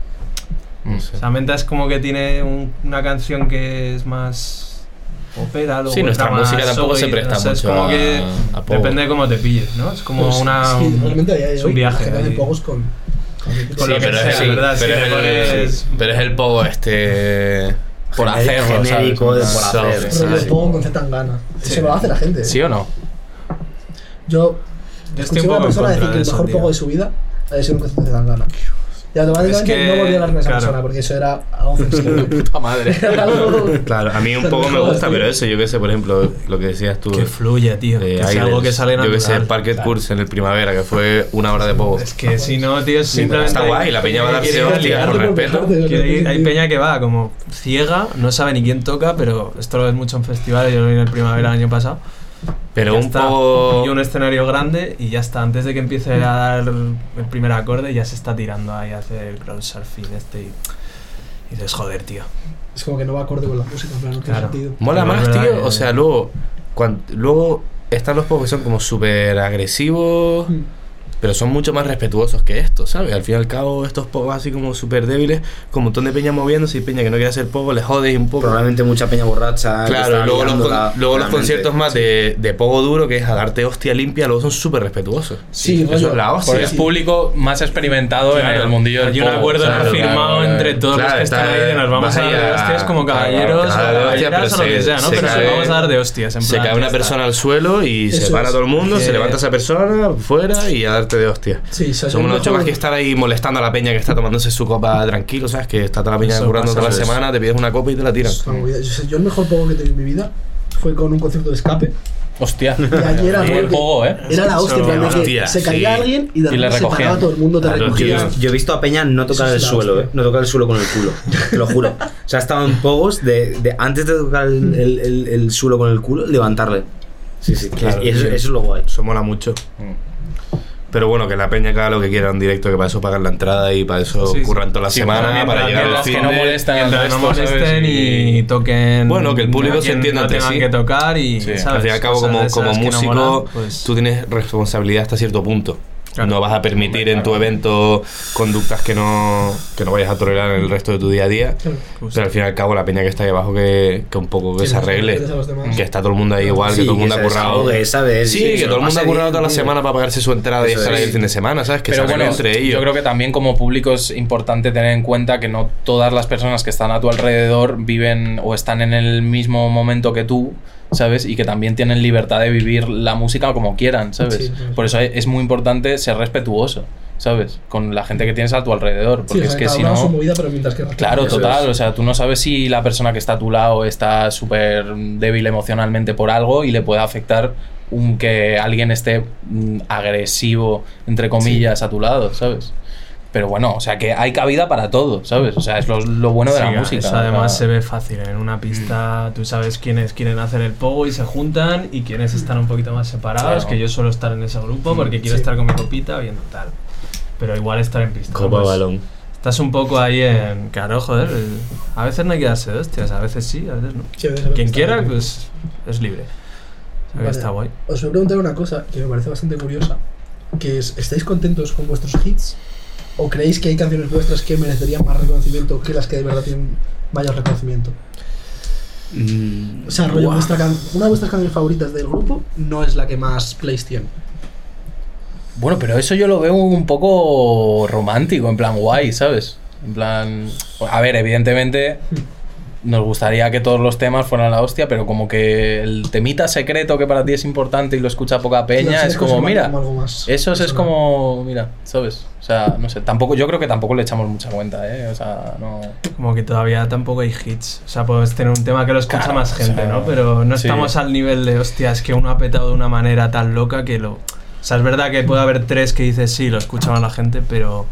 [SPEAKER 3] Manta.
[SPEAKER 6] Mm.
[SPEAKER 5] o sea, Menta es como que tiene un- una canción que es más opera, luego
[SPEAKER 3] Sí, nuestra
[SPEAKER 5] otra más
[SPEAKER 3] música tampoco
[SPEAKER 5] soul,
[SPEAKER 3] se presta
[SPEAKER 5] o sea, es
[SPEAKER 3] mucho
[SPEAKER 5] como
[SPEAKER 3] a-
[SPEAKER 5] que
[SPEAKER 3] a Pogo. Pues
[SPEAKER 5] depende de cómo te pilles, ¿no? Es como
[SPEAKER 2] Pero sí,
[SPEAKER 5] una...
[SPEAKER 2] Pues, sí, realmente ahí hay
[SPEAKER 5] es un
[SPEAKER 2] la
[SPEAKER 5] viaje.
[SPEAKER 2] gente de
[SPEAKER 5] ahí.
[SPEAKER 2] pocos con. con-
[SPEAKER 5] Con
[SPEAKER 2] sí,
[SPEAKER 5] lo que
[SPEAKER 3] pero
[SPEAKER 5] sea,
[SPEAKER 3] es,
[SPEAKER 5] la verdad,
[SPEAKER 3] pero
[SPEAKER 5] si
[SPEAKER 3] es
[SPEAKER 5] te
[SPEAKER 3] el,
[SPEAKER 5] pones-
[SPEAKER 3] pero es el pogo este. Por
[SPEAKER 8] Genérico,
[SPEAKER 3] hacerlo, ¿sabes?
[SPEAKER 8] genérico de por
[SPEAKER 3] Soft,
[SPEAKER 8] hacer.
[SPEAKER 2] Pero
[SPEAKER 3] ¿sabes?
[SPEAKER 2] yo pongo con tan gana. Se lo hace la gente.
[SPEAKER 6] ¿Sí o no?
[SPEAKER 2] Yo
[SPEAKER 5] Yo
[SPEAKER 2] escuché
[SPEAKER 5] estoy
[SPEAKER 2] a
[SPEAKER 5] un
[SPEAKER 2] una
[SPEAKER 5] poco en
[SPEAKER 2] persona
[SPEAKER 5] contra
[SPEAKER 2] decir que
[SPEAKER 5] de
[SPEAKER 2] el
[SPEAKER 5] eso,
[SPEAKER 2] mejor
[SPEAKER 5] tío.
[SPEAKER 2] poco de su vida había sido un concierto de Tangana. Y automáticamente
[SPEAKER 5] Es que-
[SPEAKER 2] no volví a hablarme a esa
[SPEAKER 5] claro.
[SPEAKER 2] persona porque eso era algo ofensivo.
[SPEAKER 6] Puta madre.
[SPEAKER 2] Era algo-
[SPEAKER 3] Claro, a mí un poco me gusta, pero eso, yo qué sé, por ejemplo, lo que decías tú.
[SPEAKER 5] Que fluya, tío.
[SPEAKER 3] de
[SPEAKER 5] que sea algo
[SPEAKER 3] Idols,
[SPEAKER 5] que sale
[SPEAKER 3] Yo
[SPEAKER 5] natural.
[SPEAKER 3] que sé, Parket Curse en el primavera, que fue una hora de pogo.
[SPEAKER 5] Es que si no, tío, es simplemente...
[SPEAKER 3] Está guay, la peña va a darse
[SPEAKER 5] Quiere
[SPEAKER 3] hostias
[SPEAKER 5] liar,
[SPEAKER 3] con
[SPEAKER 2] liarlo,
[SPEAKER 3] respeto.
[SPEAKER 2] dejarte de-
[SPEAKER 5] Quiere ir- hay peña que va como ciega, no sabe ni quién toca, pero esto lo ves mucho en festivales, yo lo vi en el primavera el año pasado.
[SPEAKER 3] Pero
[SPEAKER 5] Ya
[SPEAKER 3] un
[SPEAKER 5] está,
[SPEAKER 3] poco.
[SPEAKER 5] Y un escenario grande y ya está, antes de que empiece a dar el primer acorde ya se está tirando ahí a hacer el crowd surfing este y, y dices, joder, tío.
[SPEAKER 2] Es como que no va acorde con la música, en plan, no tiene
[SPEAKER 5] Claro.
[SPEAKER 2] sentido.
[SPEAKER 5] Pero
[SPEAKER 3] Mola
[SPEAKER 5] es
[SPEAKER 3] más,
[SPEAKER 5] verdad
[SPEAKER 3] tío.
[SPEAKER 5] que-
[SPEAKER 3] O sea, luego. cuan- luego están los pocos que son como súper agresivos.
[SPEAKER 5] Mm.
[SPEAKER 3] Pero son mucho más respetuosos que estos, ¿sabes? Al fin y al cabo, estos pocos así como súper débiles, con un montón de peña moviéndose y peña que no quiere hacer poco, les jodes un poco.
[SPEAKER 8] Probablemente mucha peña borracha. que
[SPEAKER 3] Claro,
[SPEAKER 8] está
[SPEAKER 3] y luego, los, con-
[SPEAKER 8] liándola,
[SPEAKER 3] luego los
[SPEAKER 8] realmente.
[SPEAKER 3] conciertos más de, de poco duro, que es a darte hostia limpia, luego son súper respetuosos.
[SPEAKER 2] Sí,
[SPEAKER 3] eso
[SPEAKER 2] rollo,
[SPEAKER 3] es la
[SPEAKER 6] Porque
[SPEAKER 3] hostia.
[SPEAKER 6] es público más experimentado en
[SPEAKER 5] Claro,
[SPEAKER 6] el mundillo del
[SPEAKER 5] Hay un
[SPEAKER 6] pogo,
[SPEAKER 5] acuerdo
[SPEAKER 6] ¿sabes?
[SPEAKER 5] firmado
[SPEAKER 6] Claro, eh.
[SPEAKER 5] entre
[SPEAKER 6] claro.
[SPEAKER 5] todos los
[SPEAKER 3] Claro,
[SPEAKER 5] que están
[SPEAKER 3] está-
[SPEAKER 5] ahí de nos vamos
[SPEAKER 3] vas
[SPEAKER 5] a
[SPEAKER 3] ahí
[SPEAKER 5] dar de
[SPEAKER 3] a-
[SPEAKER 5] hostias como
[SPEAKER 3] claro,
[SPEAKER 5] caballeros o
[SPEAKER 3] claro, hostia,
[SPEAKER 5] caballeras o
[SPEAKER 3] pero
[SPEAKER 5] lo que
[SPEAKER 3] se-
[SPEAKER 5] sea, ¿no?
[SPEAKER 3] se
[SPEAKER 5] Pero nos
[SPEAKER 3] cae-
[SPEAKER 5] vamos a dar de hostias. En
[SPEAKER 3] Se
[SPEAKER 5] plan,
[SPEAKER 3] cae
[SPEAKER 5] ya
[SPEAKER 3] una
[SPEAKER 5] está.
[SPEAKER 3] persona al suelo y se
[SPEAKER 2] Eso
[SPEAKER 3] para
[SPEAKER 2] es.
[SPEAKER 3] todo el mundo, se
[SPEAKER 5] Eh,
[SPEAKER 3] levanta esa persona fuera y a darte de hostia.
[SPEAKER 2] Sí, se hace
[SPEAKER 3] Son unos
[SPEAKER 2] un
[SPEAKER 3] chomas
[SPEAKER 2] poco-
[SPEAKER 3] que estar ahí molestando a la peña que está tomándose su copa tranquilo, ¿sabes? Que está toda la peña
[SPEAKER 5] Eso
[SPEAKER 3] currando
[SPEAKER 5] pasa,
[SPEAKER 3] toda la
[SPEAKER 5] eso es.
[SPEAKER 3] semana, te pides una copa y te la tiran.
[SPEAKER 2] Es una movida. Yo, sé- yo el mejor poco que he tenido en mi vida fue con un concierto de escape.
[SPEAKER 6] Hostia.
[SPEAKER 2] Y allí era
[SPEAKER 6] el
[SPEAKER 2] rollo que-
[SPEAKER 6] pogo, ¿eh?
[SPEAKER 2] Era la hostia, en plan de que
[SPEAKER 3] Hostia,
[SPEAKER 2] se caía
[SPEAKER 3] sí.
[SPEAKER 2] alguien y de
[SPEAKER 6] Y le
[SPEAKER 2] repente se
[SPEAKER 6] recogían.
[SPEAKER 2] paraba todo el mundo, te
[SPEAKER 3] Claro,
[SPEAKER 2] recogía.
[SPEAKER 3] tío.
[SPEAKER 8] Yo he visto a Peña no tocar
[SPEAKER 2] Eso
[SPEAKER 8] el
[SPEAKER 2] es la
[SPEAKER 8] suelo,
[SPEAKER 2] hostia.
[SPEAKER 8] ¿eh? No tocar el suelo con el culo. Te lo juro. O sea, ha estado en pogos de, de antes de tocar el, el- el- el suelo con el culo, levantarle. Sí, sí.
[SPEAKER 3] claro,
[SPEAKER 8] y eso,
[SPEAKER 3] sí.
[SPEAKER 8] eso es lo guay.
[SPEAKER 3] Eso mola mucho.
[SPEAKER 5] Mm.
[SPEAKER 3] Pero bueno, que la peña que haga lo que quiera en directo, que para eso pagan la entrada y para eso
[SPEAKER 5] Sí, sí.
[SPEAKER 3] curran toda la
[SPEAKER 6] Sí,
[SPEAKER 3] semana,
[SPEAKER 6] mientras-
[SPEAKER 3] para llegar al
[SPEAKER 6] mientras
[SPEAKER 3] fin
[SPEAKER 6] que no
[SPEAKER 3] de-
[SPEAKER 6] molestan al
[SPEAKER 5] Mientras no
[SPEAKER 6] resto, ¿sabes?
[SPEAKER 5] molesten y toquen.
[SPEAKER 3] Bueno, que el público
[SPEAKER 5] a
[SPEAKER 3] se
[SPEAKER 5] quien
[SPEAKER 3] entienda
[SPEAKER 5] no
[SPEAKER 3] entre
[SPEAKER 5] tengan
[SPEAKER 3] sí.
[SPEAKER 5] que tocar y.
[SPEAKER 6] Sí, al
[SPEAKER 5] ¿sabes?
[SPEAKER 3] Al fin y al cabo,
[SPEAKER 5] Cosas
[SPEAKER 3] como,
[SPEAKER 5] de
[SPEAKER 3] como
[SPEAKER 5] esas que no
[SPEAKER 3] músico,
[SPEAKER 5] molan, pues-
[SPEAKER 3] tú tienes responsabilidad hasta cierto punto.
[SPEAKER 5] Claro.
[SPEAKER 3] No vas a permitir en tu evento conductas que no, que no vayas a tolerar en el resto de tu día a día. Pero al fin y al cabo, la peña que está ahí abajo, que, que un poco que
[SPEAKER 2] Sí,
[SPEAKER 3] se arregle.
[SPEAKER 2] respetes a los demás.
[SPEAKER 3] Que está todo el mundo ahí igual,
[SPEAKER 8] Sí,
[SPEAKER 3] que todo el mundo
[SPEAKER 8] se
[SPEAKER 3] ha currado.
[SPEAKER 8] desahogue, ¿sabes?
[SPEAKER 3] Sí, que
[SPEAKER 8] eso,
[SPEAKER 3] todo el mundo
[SPEAKER 8] pase
[SPEAKER 3] ha currado
[SPEAKER 8] bien,
[SPEAKER 3] toda la
[SPEAKER 8] tío.
[SPEAKER 3] semana para pagarse su entrada y
[SPEAKER 8] Eso
[SPEAKER 3] estar ahí
[SPEAKER 8] es.
[SPEAKER 3] el fin de semana, ¿sabes? Que se
[SPEAKER 6] Pero
[SPEAKER 3] arreglen
[SPEAKER 6] bueno,
[SPEAKER 3] entre ellos.
[SPEAKER 6] yo creo que también como público es importante tener en cuenta que no todas las personas que están a tu alrededor viven o están en el mismo momento que tú, ¿sabes? Y que también tienen libertad de vivir la música como quieran, ¿sabes?
[SPEAKER 2] Sí, sí.
[SPEAKER 6] Por eso es muy importante ser respetuoso, ¿sabes? Con la gente que tienes a tu alrededor,
[SPEAKER 2] Sí,
[SPEAKER 6] porque
[SPEAKER 2] o sea,
[SPEAKER 6] es que
[SPEAKER 2] cada
[SPEAKER 6] si
[SPEAKER 2] uno haga su
[SPEAKER 6] no...
[SPEAKER 2] movida, pero mientras que
[SPEAKER 6] Claro,
[SPEAKER 8] Eso
[SPEAKER 6] total.
[SPEAKER 8] es.
[SPEAKER 6] O sea, tú no sabes si la persona que está a tu lado está súper débil emocionalmente por algo y le puede afectar un que alguien esté mm, agresivo, entre comillas, a tu lado, ¿sabes? Pero bueno, o sea que hay cabida para todo, ¿sabes? O sea, es lo, lo bueno de
[SPEAKER 5] Sí, ah,
[SPEAKER 6] la Mm. música.
[SPEAKER 5] eso además se ve fácil. En una pista tú sabes quiénes quieren hacer el pogo y se juntan y quiénes están un poquito más separados,
[SPEAKER 6] Claro. Mm,
[SPEAKER 5] que yo suelo estar en ese grupo porque quiero estar con mi copita viendo tal. Pero igual estar en pista.
[SPEAKER 3] Copa
[SPEAKER 5] pues,
[SPEAKER 3] balón.
[SPEAKER 5] Estás un poco ahí en... Claro, joder. eh, A veces no hay que darse de hostias, a veces sí, a veces no.
[SPEAKER 2] Sí, a ver, a ver,
[SPEAKER 5] Quien
[SPEAKER 2] está
[SPEAKER 5] quiera,
[SPEAKER 2] bien.
[SPEAKER 5] pues es libre. O sea, que
[SPEAKER 2] Vale.
[SPEAKER 5] Está guay.
[SPEAKER 2] Os voy a preguntar una cosa que me parece bastante curiosa, que es, ¿estáis contentos con vuestros hits? ¿O creéis que hay canciones vuestras que merecerían más reconocimiento que las que de verdad tienen mayor reconocimiento?
[SPEAKER 6] Mm,
[SPEAKER 2] O sea, rollo, vuestra can- una de vuestras canciones favoritas del grupo no es la que más plays tiene.
[SPEAKER 6] Bueno, pero eso yo lo veo un poco romántico, en plan guay, ¿sabes? En plan. A ver, evidentemente. Nos gustaría que todos los temas fueran la hostia, pero como que el temita secreto que para ti es importante y lo escucha poca peña,
[SPEAKER 2] Las
[SPEAKER 6] es
[SPEAKER 2] cosas
[SPEAKER 6] como,
[SPEAKER 2] van
[SPEAKER 6] mira,
[SPEAKER 2] algo más
[SPEAKER 6] Eso es, es
[SPEAKER 2] personal.
[SPEAKER 6] como, mira, ¿sabes? O sea, no sé, tampoco, yo creo que tampoco le echamos mucha cuenta, ¿eh? O sea, no...
[SPEAKER 5] Como que todavía tampoco hay hits. O sea, puedes tener un tema que lo escucha
[SPEAKER 6] Claro,
[SPEAKER 5] más
[SPEAKER 6] o
[SPEAKER 5] gente,
[SPEAKER 6] sea,
[SPEAKER 5] ¿no? Pero no
[SPEAKER 6] sí.
[SPEAKER 5] estamos al nivel de, hostia, es que uno ha petado de una manera tan loca que lo. O sea, es verdad que puede haber tres que dices sí, lo escucha más la gente, pero.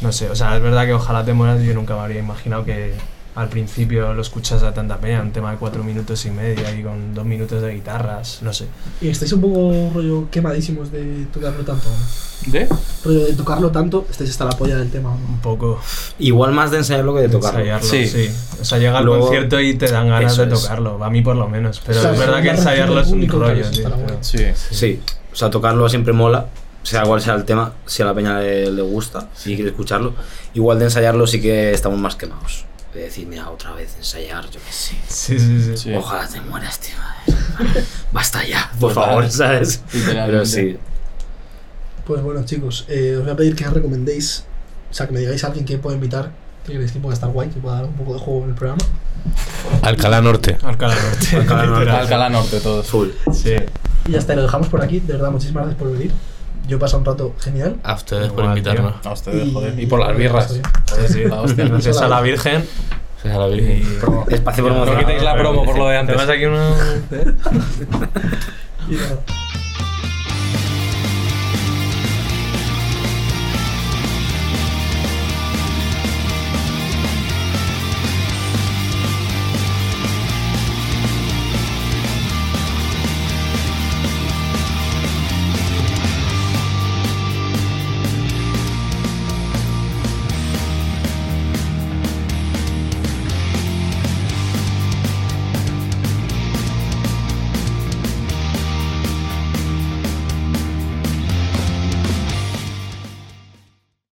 [SPEAKER 5] No sé, o sea, es verdad que ojalá te mueras. Yo nunca me habría imaginado que al principio lo escuchas a tanta peña, un tema de cuatro minutos y medio y con dos minutos de guitarras, no sé.
[SPEAKER 2] Y estáis un poco rollo quemadísimos de tocarlo tanto. ¿no?
[SPEAKER 6] ¿De?
[SPEAKER 2] Rollo de tocarlo tanto, estáis hasta la polla del tema. ¿o no?
[SPEAKER 5] Un poco
[SPEAKER 8] Igual más de ensayarlo que de tocarlo.
[SPEAKER 5] ensayarlo, sí.
[SPEAKER 6] Sí.
[SPEAKER 5] O sea, llega al
[SPEAKER 8] Luego-
[SPEAKER 5] concierto y te dan ganas
[SPEAKER 8] Eso
[SPEAKER 5] de
[SPEAKER 8] es.
[SPEAKER 5] tocarlo, a mí por lo menos. Pero
[SPEAKER 2] O sea,
[SPEAKER 5] es verdad
[SPEAKER 2] es
[SPEAKER 5] que
[SPEAKER 2] una reacción
[SPEAKER 5] ensayarlo
[SPEAKER 2] del
[SPEAKER 5] es un
[SPEAKER 2] público, claro,
[SPEAKER 5] rollo,
[SPEAKER 2] eso está la
[SPEAKER 5] tío, pero-
[SPEAKER 2] guay.
[SPEAKER 6] Sí.
[SPEAKER 8] Sí. O sea, tocarlo siempre mola, sea cual sea el tema, si a la peña le, le gusta, si quiere escucharlo. Igual de ensayarlo sí que estamos más quemados. De decir, mira, otra vez ensayar, yo qué sé.
[SPEAKER 5] Sí, sí, sí.
[SPEAKER 6] Sí.
[SPEAKER 8] Ojalá te mueras, tío. Basta ya, por
[SPEAKER 6] Total.
[SPEAKER 8] favor, ¿sabes? Pero
[SPEAKER 6] Literalmente.
[SPEAKER 8] sí.
[SPEAKER 2] Pues bueno, chicos, eh, os voy a pedir que recomendéis, o sea, que me digáis a alguien que puedo invitar, que creéis que pueda estar guay, que pueda dar un poco de juego en el programa.
[SPEAKER 3] Alcalá Norte.
[SPEAKER 5] Alcalá Norte.
[SPEAKER 8] Alcalá Norte.
[SPEAKER 5] literal.
[SPEAKER 6] Alcalá Norte todos.
[SPEAKER 8] Full.
[SPEAKER 5] Sí.
[SPEAKER 2] Y ya está, y lo dejamos por aquí. De verdad, muchísimas gracias por venir. Yo he pasado un rato genial.
[SPEAKER 3] A ustedes por
[SPEAKER 5] Igual,
[SPEAKER 3] invitarnos.
[SPEAKER 6] A ustedes, Eh, joder. Y por las birras.
[SPEAKER 5] Joder, sí, la hostia. Gracias a la Virgen.
[SPEAKER 3] Gracias a la Virgen.
[SPEAKER 8] Espacio
[SPEAKER 6] No
[SPEAKER 8] promocional.
[SPEAKER 6] quitéis la promo por lo de antes.
[SPEAKER 5] Además aquí uno...
[SPEAKER 2] Y nada.